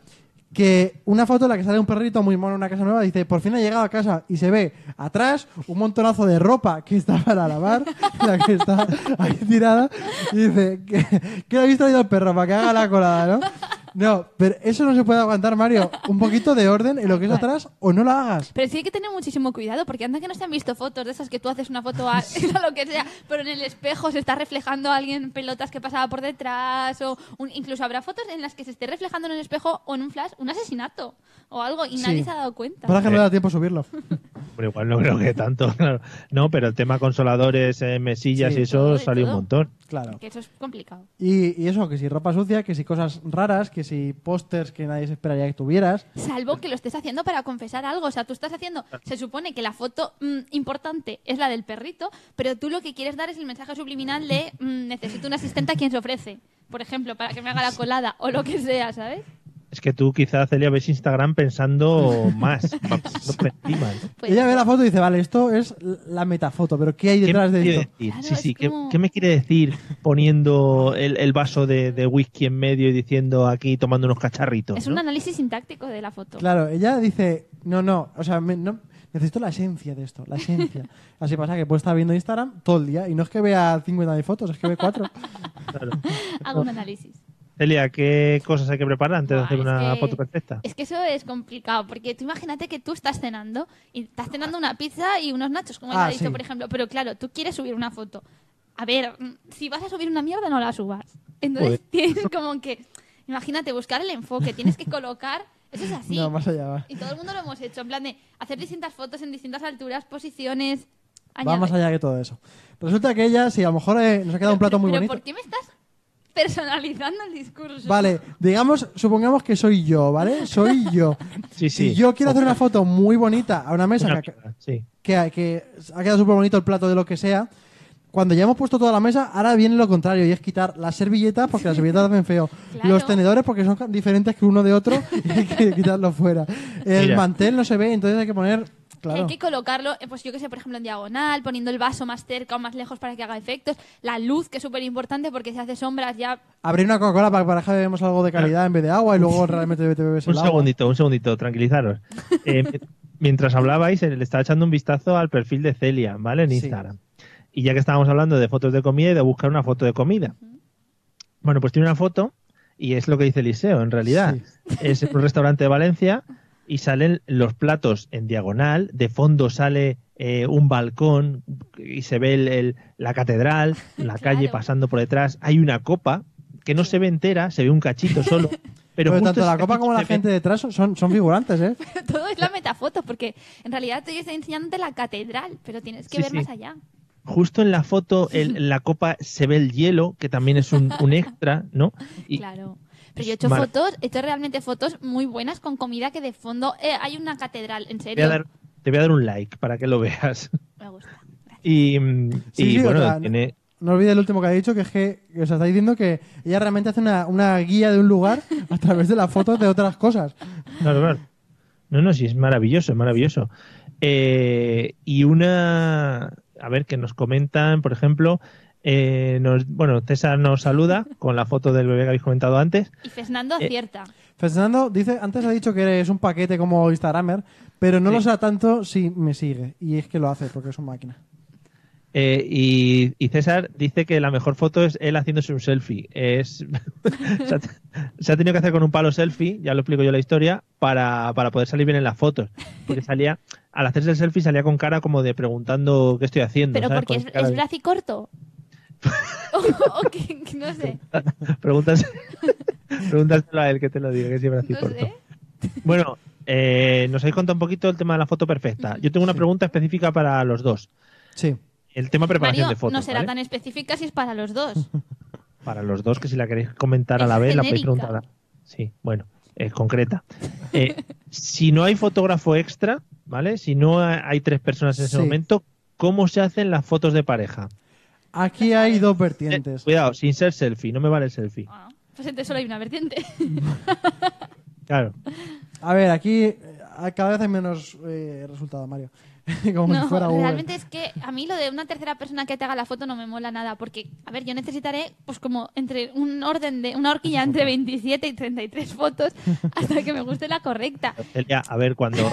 que una foto en la que sale un perrito muy mono en una casa nueva dice, por fin ha llegado a casa y se ve atrás un montonazo de ropa que está para lavar, la que está ahí tirada, y dice, que, que lo habéis traído al perro para que haga la colada, ¿no? No, pero eso no se puede aguantar, Mario. Un poquito de orden en lo que es atrás o no la hagas.
Pero sí hay que tener muchísimo cuidado, porque anda que no se han visto fotos de esas que tú haces una foto a, a lo que sea, pero en el espejo se está reflejando a alguien en pelotas que pasaba por detrás, o un- incluso habrá fotos en las que se esté reflejando en el espejo o en un flash un asesinato o algo y nadie
Sí.
se ha dado cuenta.
Para que no da tiempo a subirlo.
Hombre, igual no creo que tanto, claro. No, pero el tema consoladores, eh, mesillas
Sí.
y
Todo
eso
de
salió un
todo.
montón.
Claro.
Que eso es complicado.
Y, y eso, que si ropa sucia, que si cosas raras, que si pósters que nadie se esperaría que tuvieras.
Salvo que lo estés haciendo para confesar algo. O sea, tú estás haciendo. Se supone que la foto mm, importante es la del perrito, pero tú lo que quieres dar es el mensaje subliminal de mm, necesito un asistente a quien se ofrece. Por ejemplo, para que me haga la colada o lo que sea, ¿sabes?
Es que tú quizá, Celia, ves Instagram pensando más. no encima, ¿no?
Pues-
Ella ve la foto y dice, vale, esto es la metafoto, pero ¿qué hay
¿Qué
detrás
me
de
quiere
esto?
decir?
Claro,
sí,
es
sí, ¿qué,
como-
qué me quiere decir poniendo el, el vaso de, de whisky en medio y diciendo aquí tomando unos cacharritos?
Es
¿no?
un análisis sintáctico de la foto.
Claro, ella dice, no, no, o sea, me- no, necesito la esencia de esto, la esencia. Así pasa que puede estar viendo Instagram todo el día y no es que vea 50.000 fotos, es que ve cuatro.
Hago un análisis.
Celia, ¿qué cosas hay que preparar antes de
Buah,
hacer
es
una
que-
foto perfecta?
Es que eso es complicado, porque tú imagínate que tú estás cenando y estás cenando una pizza y unos nachos, como él
Ah,
ha dicho,
sí.
por ejemplo. Pero claro, tú quieres subir una foto. A ver, mm, si vas a subir una mierda, no la subas. Entonces tienes como que. Imagínate, buscar el enfoque, tienes que colocar. Eso es así.
No, más allá va.
Y todo el mundo lo hemos hecho, en plan de hacer distintas fotos en distintas alturas, posiciones.
Va
añade-
más allá que todo eso. Resulta que ella, si a lo mejor eh, nos ha quedado un plato
Pero-
muy
pero
bonito.
¿por qué me estás personalizando el discurso?
Vale, digamos, supongamos que soy yo, ¿vale? Soy yo.
Sí, sí.
Si yo quiero hacer una foto muy bonita a una mesa
Una
que,
mierda, sí.
que, que ha quedado súper bonito el plato de lo que sea. Cuando ya hemos puesto toda la mesa, ahora viene lo contrario y es quitar las servilletas porque las servilletas hacen feo.
Claro.
Los tenedores porque son ca- diferentes que uno de otro y hay que quitarlo fuera. El
Mira.
mantel no se ve, entonces hay que poner.
Que
Claro.
Hay que colocarlo, eh, pues yo que sé, por ejemplo, en diagonal, poniendo el vaso más cerca o más lejos para que haga efectos. La luz, que es súper importante porque si hace sombras ya.
Abrir una Coca-Cola para que para que bebemos algo de calidad en vez de agua y luego realmente te bebes el
Un
agua.
segundito, un segundito, tranquilizaros. Eh, mi- mientras hablabais, eh, le estaba echando un vistazo al perfil de Celia, ¿vale? En
Sí.
Instagram. Y ya que estábamos hablando de fotos de comida y de buscar una foto de comida. Bueno, pues tiene una foto y es lo que dice Eliseo, en realidad. Es en un restaurante de Valencia y salen los platos en diagonal, de fondo sale eh, un balcón y se ve el- el- la catedral, la
Claro.
calle pasando por detrás, hay una copa que no se ve entera, se ve un cachito solo. Pero,
Pero,
justo
tanto
ese
la copa
cachito
como la
se ve.
gente detrás son- son, son figurantes, ¿eh?
Todo es la metafoto, porque en realidad te estoy enseñándote la catedral, pero tienes que
Sí,
ver
sí.
más allá.
justo en la foto, el- la copa se ve el hielo, que también es un, un extra, ¿no? Y
Claro.
es
Pero yo he hecho
mar-
fotos, he hecho realmente fotos muy buenas con comida que de fondo eh, hay una catedral, en
te voy, a
serio.
dar, te voy a dar un like para que lo veas.
Me gusta. Gracias.
Y, mm,
Sí,
y
sí, o
bueno,
sea,
tiene-
No olvide el último que ha dicho, que es que o sea, está diciendo que ella realmente hace una, una guía de un lugar a través de las fotos de otras cosas.
Claro, claro. No, no, sí, es maravilloso, es maravilloso. Eh, y una, a ver, que nos comentan, por ejemplo, eh, nos, bueno, César nos saluda con la foto del bebé que habéis comentado antes.
Y Fernando
Eh,
acierta.
Fernando dice, antes ha dicho que es un paquete como Instagramer, pero no
Sí.
lo será tanto si me sigue. Y es que lo hace, porque es una máquina.
Eh, y, y César dice que la mejor foto es él haciéndose un selfie. Es, se, ha, se ha tenido que hacer con un palo selfie, ya lo explico yo la historia, para, para poder salir bien en las fotos. Porque salía, al hacerse el selfie salía con cara como de preguntando qué estoy haciendo.
Pero
¿sabes?
porque
Con
es,
cara
es
de-
bracicorto. o, o que, que no sé.
Preguntas, pregúntaselo a él que te lo diga, que siempre así
No
corto.
sé.
Bueno, eh, nos habéis contado un poquito el tema de la foto perfecta. Yo tengo una pregunta específica para los dos.
Sí.
El tema preparación
Mario,
de fotos.
no será
¿vale?
tan específica si es para los dos.
Para los dos, que si la queréis comentar a
Es
la vez, la podéis
genérica.
preguntar. a la- Sí, bueno, es concreta. Eh, si no hay fotógrafo extra, ¿vale? Si no ha- hay tres personas en ese
Sí.
momento, ¿cómo se hacen las fotos de pareja?
Aquí hay dos
Eh,
vertientes.
cuidado, sin ser selfie, no me vale el selfie.
Ah, Pues entonces solo hay una vertiente.
Claro.
A ver, aquí eh, cada vez hay menos eh, resultado, Mario. como si
No,
fuera Uber.
realmente es que a mí lo de una tercera persona que te haga la foto no me mola nada, porque, a ver, yo necesitaré, pues como entre un orden de, una horquilla entre 27 y 33 fotos hasta que me guste la correcta.
Celia, a ver, cuando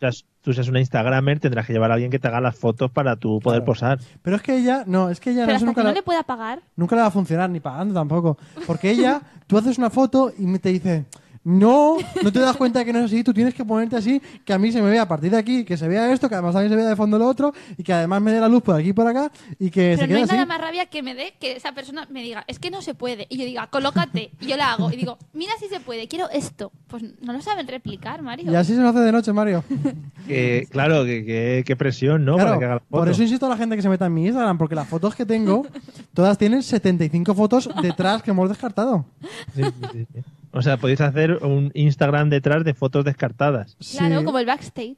seas- tú seas una Instagramer, tendrás que llevar a alguien que te haga las fotos para tú poder
Claro.
posar.
Pero es que ella, no, es que ella
Pero
no, eso
hasta que
nunca,
no
la-
le pueda pagar,
nunca le va a funcionar, ni pagando tampoco. Porque ella, tú haces una foto y me- te dice, no, no te das cuenta que no es así, tú tienes que ponerte así, que a mí se me vea a partir de aquí, que se vea esto, que además a mí se vea de fondo lo otro, y que además me dé la luz por aquí y por acá, y que se
pero no
quede
hay
así.
nada más rabia que me dé que esa persona me diga, es que no se puede. Y yo diga, colócate. Y yo la hago. Y digo, mira si se puede, quiero esto. Pues no lo saben replicar, Mario.
Y así se nos hace de noche, Mario.
Que, claro, que, que- qué presión, ¿no?
Claro,
para que haga las
por
fotos.
eso insisto a la gente que se meta en mi Instagram, porque las fotos que tengo, todas tienen 75 fotos detrás que hemos descartado.
Sí, sí, sí, sí. O sea, podéis hacer un Instagram detrás de fotos descartadas.
Claro,
Sí,
como el backstage.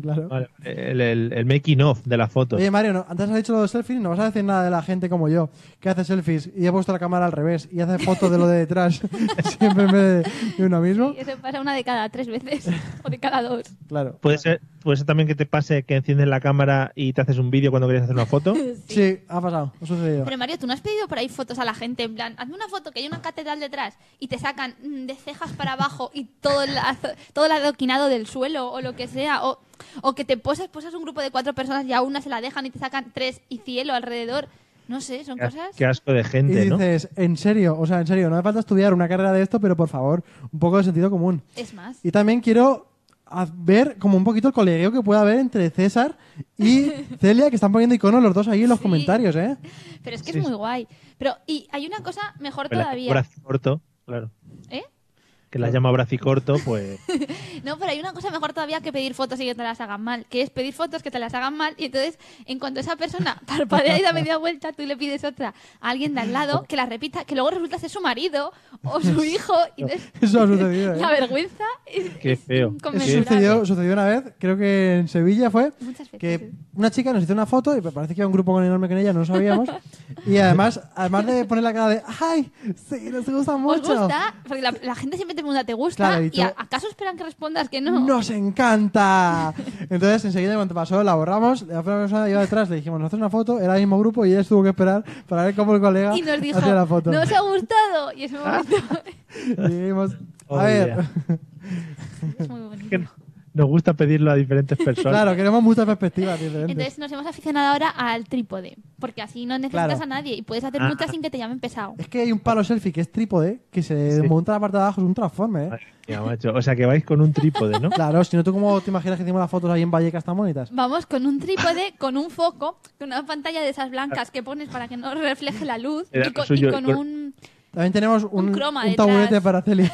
claro.
Vale, el, el- el making of de las fotos.
Oye, Mario, no- antes has dicho lo de selfies, no vas a decir nada de la gente como yo, que hace selfies y he puesto la cámara al revés y hace fotos de lo de detrás siempre en vez de- de uno mismo.
Y eso pasa una de cada tres veces. o de cada dos.
Claro.
Puede ser, puede ser también que te pase que enciendes la cámara y te haces un vídeo cuando quieres hacer una foto.
Sí, ha pasado, ha sucedido.
Pero Mario, ¿tú no has pedido por ahí fotos a la gente? En plan, hazme una foto que hay una catedral detrás y te sacan mm, de cejas para abajo y todo el, azo- todo el adoquinado del suelo o lo que sea. O, o que te posas, posas un grupo de cuatro personas y a una se la dejan y te sacan tres y cielo alrededor. No sé, son
Qué as-
cosas...
Qué asco de
Y
gente, ¿no?
dices, en serio, o sea, en serio, no me falta estudiar una carrera de esto, pero por favor, un poco de sentido común.
Es más.
Y también quiero haz- ver como un poquito el colegueo que pueda haber entre César y Celia, que están poniendo iconos los dos ahí en los
Sí.
comentarios, ¿eh?
Pero es que
Sí,
es muy
sí.
guay. Pero, y hay una cosa mejor
Pues las
todavía.
brazo corto, claro.
¿Eh?
Que las llama brazo corto, pues.
No, pero hay una cosa mejor todavía que pedir fotos y que te las hagan mal, que es pedir fotos que te las hagan mal y entonces en cuanto esa persona parpadea y da media vuelta, tú le pides otra a alguien de al lado que la repita, que luego resulta ser su marido o su hijo y entonces
Eso ha sucedido, ¿eh?
la vergüenza es,
Qué
es
feo.
Eso
inconmensurable.
este sucedió, sucedió una vez, creo que en Sevilla fue,
Muchas veces,
que
sí.
una chica nos hizo una foto y me parece que iba un grupo con enorme con ella, no lo sabíamos. y además, además de poner la cara de, ¡ay! Sí, nos gusta
¿Os
mucho.
gusta? Porque la, la gente siempre te pregunta, ¿te gusta?
Claro, y
y
tú-
a- ¿acaso esperan que respondas que no?
¡Nos encanta! Entonces, enseguida, cuando pasó, la borramos. La otra persona iba detrás, le dijimos, nos haces una foto, era el mismo grupo y ella tuvo que esperar para ver cómo el colega
Y nos dijo,
hacía la foto. Ah.
¿no os ha gustado? Y ese momento
Y dijimos, a
Oh,
ver,
yeah. que
es muy bonito.
no- nos gusta pedirlo a diferentes personas.
claro, queremos muchas perspectivas diferentes.
Entonces nos hemos aficionado ahora al trípode, porque así no necesitas
Claro.
a nadie y puedes hacer
Ah.
muchas sin que te llamen pesado.
es que hay un palo selfie que es trípode, que se desmonta la parte de abajo, es un transforme, ¿eh?
Madre mía, macho. O sea, que vais con un trípode, ¿no?
Claro, si no, ¿tú cómo te imaginas que hicimos las fotos ahí en Vallecas tan bonitas?
Vamos con un trípode, con un foco, con una pantalla de esas blancas que pones para que no refleje la luz
Era
y
lo
con,
suyo,
y con
y con-
un...
También tenemos
Un
un,
croma
un
detrás.
taburete para Celia.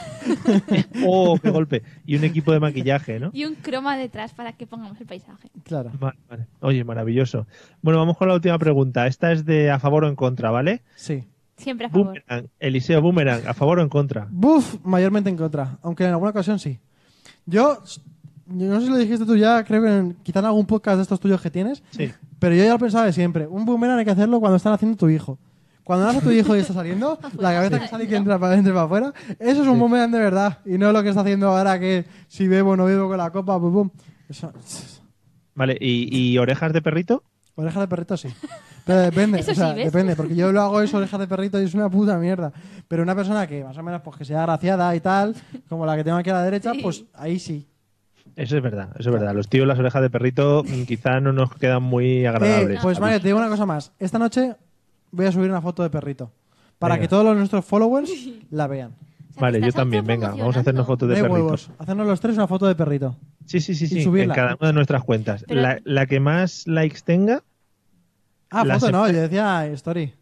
¡Oh, qué golpe! Y un equipo de maquillaje, ¿no?
Y un croma detrás para que pongamos el paisaje.
Claro.
Vale, vale. Oye, maravilloso. Bueno, vamos con la última pregunta. Esta es de a favor o en contra, ¿vale?
Sí.
Siempre a favor.
Boomerang, Eliseo Boomerang, ¿a favor o en contra?
Buf, mayormente en contra, aunque en alguna ocasión sí. Yo, yo no sé si lo dijiste tú ya, creo que en, quizá en algún podcast de estos tuyos que tienes,
Sí.
pero yo ya lo pensaba de siempre. Un boomerang hay que hacerlo cuando están haciendo tu hijo. Cuando nace tu hijo y está
Ah,
saliendo,
pues
la cabeza que sale y que entra para adentro y para afuera, eso es un boomerang de verdad. Y no lo que está haciendo ahora que si bebo o no bebo con la copa, bum, bum. Eso,
Vale, ¿y, y orejas de perrito?
Orejas de perrito sí. Pero depende,
Eso
o sea,
sí, ¿ves?
depende, porque yo lo hago eso, orejas de perrito, y es una puta mierda. Pero una persona que más o menos pues que sea agraciada y tal, como la que tengo aquí a la derecha,
Sí.
pues ahí sí.
Eso es verdad, eso es verdad. Los tíos, las orejas de perrito mm, quizá no nos quedan muy agradables.
Eh, pues Mario, te digo una cosa más. Esta noche voy a subir una foto de perrito. Para
Venga.
que todos los- nuestros followers la vean.
O sea, que
Vale, yo
estás
también, venga, vamos a hacernos fotos
autopromocionando.
de
No hay
perrito.
huevos. Hacernos los tres una foto de perrito.
Sí, sí, sí, sí, en
subirla.
cada una de nuestras cuentas.
Pero-
La, la que más likes tenga...
Ah,
La
foto
se-
no, yo decía eh, story.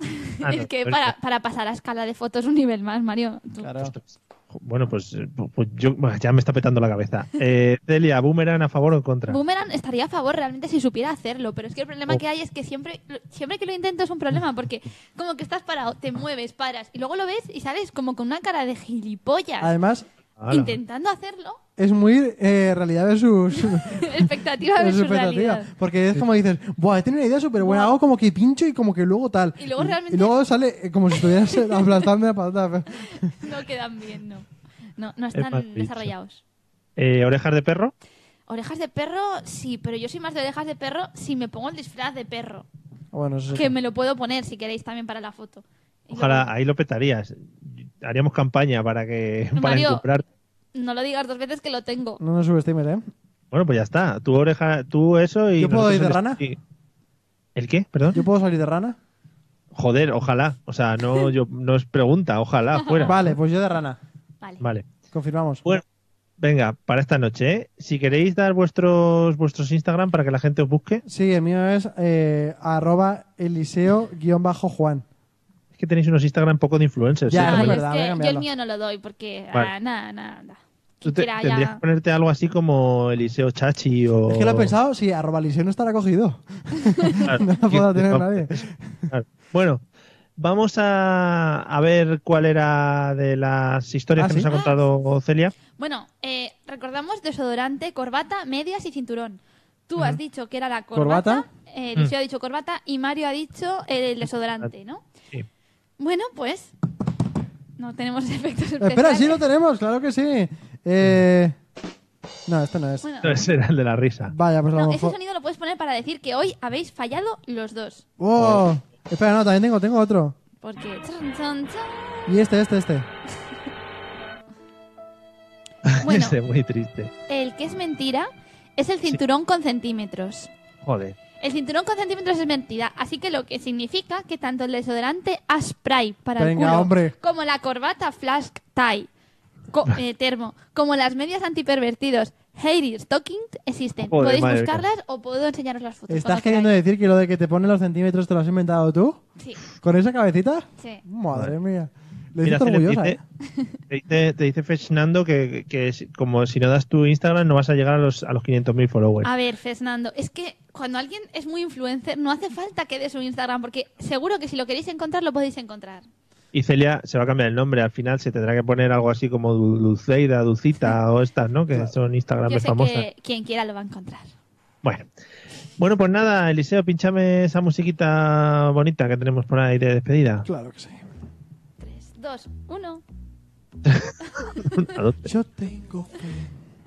Ah, no,
Es que
perrito.
para, para pasar a escala de fotos un nivel más, Mario. Tú-
Claro.
Ostras. Bueno, pues, eh, pues yo bah, ya me está petando la cabeza. Eh, Celia, ¿Boomerang a favor o en contra?
Boomerang estaría a favor realmente si supiera hacerlo, pero es que el problema
Oh.
que hay es que siempre, siempre que lo intento es un problema, porque como que estás parado, te mueves, paras, y luego lo ves y sales como con una cara de gilipollas,
Además,
Ala.
intentando hacerlo,
es muy eh, realidad versus,
expectativa de
Es
su
expectativa,
realidad.
Porque es como dices, Buah, he tenido una idea súper buena,
Buah.
hago como que pincho y como que luego tal.
Y luego realmente-
luego sale eh, como si estuvieras eh, aplastando la patata.
No quedan bien, no. No, no
mal
están
dicho.
desarrollados.
Eh, ¿Orejas de perro?
Orejas de perro, sí, pero yo soy más de orejas de perro si me pongo el disfraz de perro.
Bueno, eso sí.
Que me lo puedo poner si queréis también para la foto. Y lo-
Ojalá, ahí lo petarías. Haríamos campaña para que para
Mario.
encumbrar.
No lo digas dos veces que lo tengo.
No nos subestimes, ¿eh?
Bueno, pues ya está. Tú oreja, tú eso y.
¿Yo puedo
nosotros
ir de
el-
rana?
y- ¿El qué? Perdón.
¿Yo puedo salir de rana?
Joder, ojalá. O sea, no, yo, no es pregunta, ojalá fuera.
Vale, pues yo de rana.
Vale.
Vale.
Confirmamos.
Bueno, venga, para esta noche, ¿eh? Si queréis dar vuestros vuestros Instagram para que la gente os busque,
Sí, el mío es eh, arroba eliseo-juan.
es que tenéis unos Instagram poco de influencers.
Ya,
¿eh?
es
Ay,
También.
verdad, voy a
yo el
cambiarlo.
mío no lo doy porque.
Vale.
ah, nada, nada, nada.
Tú te-
Quiera ya-
tendrías que ponerte algo así como Eliseo Chachi o.
Es que lo he pensado, sí, arroba eliseo no estará cogido.
Claro.
No lo podrá tener nadie.
Claro. Bueno, vamos a, a ver cuál era de las historias
Ah,
que
¿sí?
nos ha contado Celia.
Bueno, eh, recordamos desodorante, corbata, medias y cinturón. Tú has dicho que era la
¿Corbata?
corbata. eh, Eliseo ha dicho corbata y Mario ha dicho el desodorante, ¿no?
Sí.
Bueno, pues. No tenemos efectos especiales.
Espera, sí lo tenemos, claro que sí. Eh... No, este no es.
Bueno,
Entonces era el de la risa.
Vaya, pues a lo
no, ese
mejor.
sonido lo puedes poner para decir que hoy habéis fallado los dos.
¡Wow! Espera, no, también tengo, tengo otro.
Porque. chan, chan, chan.
Y este, este, este.
Bueno,
Ese muy triste.
el que es mentira es el cinturón con centímetros.
Joder.
El cinturón con centímetros es mentira, así que lo que significa que tanto el desodorante a spray para el
Venga,
culo,
hombre.
como la corbata flask tie, co- eh, termo, como las medias antipervertidos Heidi Stocking existen.
Joder, madre
Podéis buscarlas o puedo enseñaros las fotos.
¿Estás
cuando
queriendo
queráis.
decir que lo de que te ponen los centímetros te lo has inventado tú?
Sí,
¿Con esa cabecita?
sí.
Madre mía. Le
Mira,
siento
Celia,
orgullosa,
dice- te dice, te dice Fernando que, que si- como si no das tu Instagram no vas a llegar a los, a los 500.000 followers.
A ver, Fernando, es que cuando alguien es muy influencer no hace falta que dé su Instagram porque seguro que si lo queréis encontrar lo podéis encontrar.
Y Celia se va a cambiar el nombre. Al final se tendrá que poner algo así como Du- Dulceida, Dulcita o estas, ¿no? Que son
Yo
Instagram
sé
famosas.
que quien quiera lo va a encontrar.
Bueno. Bueno, pues nada, Eliseo, pinchame esa musiquita bonita que tenemos por ahí de despedida.
¿eh? Claro que sí.
3, 2, 1.
¿A dónde?
Yo tengo fe.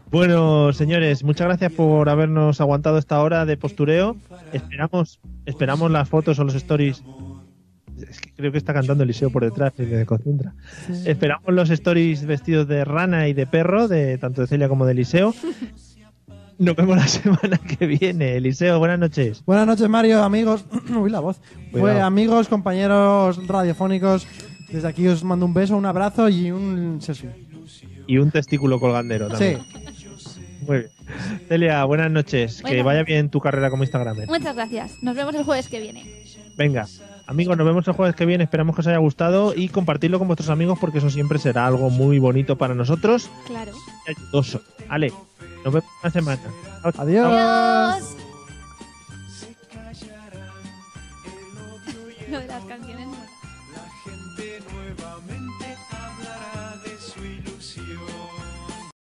Bueno, señores, muchas gracias por habernos aguantado esta hora de postureo. Esperamos, esperamos las fotos o los stories. Es que creo que está cantando Eliseo por detrás y me desconcentra. Esperamos los stories vestidos de rana y de perro, de tanto de Celia como de Eliseo. Nos vemos la semana que viene. Eliseo, buenas noches.
Buenas noches, Mario, amigos. Uy, la voz.
Cuidado.
Pues, amigos, compañeros radiofónicos. Desde aquí os mando un beso, un abrazo y un sesu.
Y un testículo colgandero
Sí.
también. Muy bien. Celia, buenas noches. Que
Buenas.
vaya bien tu carrera como Instagramer.
Muchas gracias. Nos vemos el jueves que viene.
Venga, amigos, nos vemos el jueves que viene. Esperamos que os haya gustado y compartirlo con vuestros amigos porque eso siempre será algo muy bonito para nosotros
Claro.
y ayudoso. Ale, nos vemos la semana. Chao, chao.
Adiós.
Adiós. Lo de las canciones. bueno.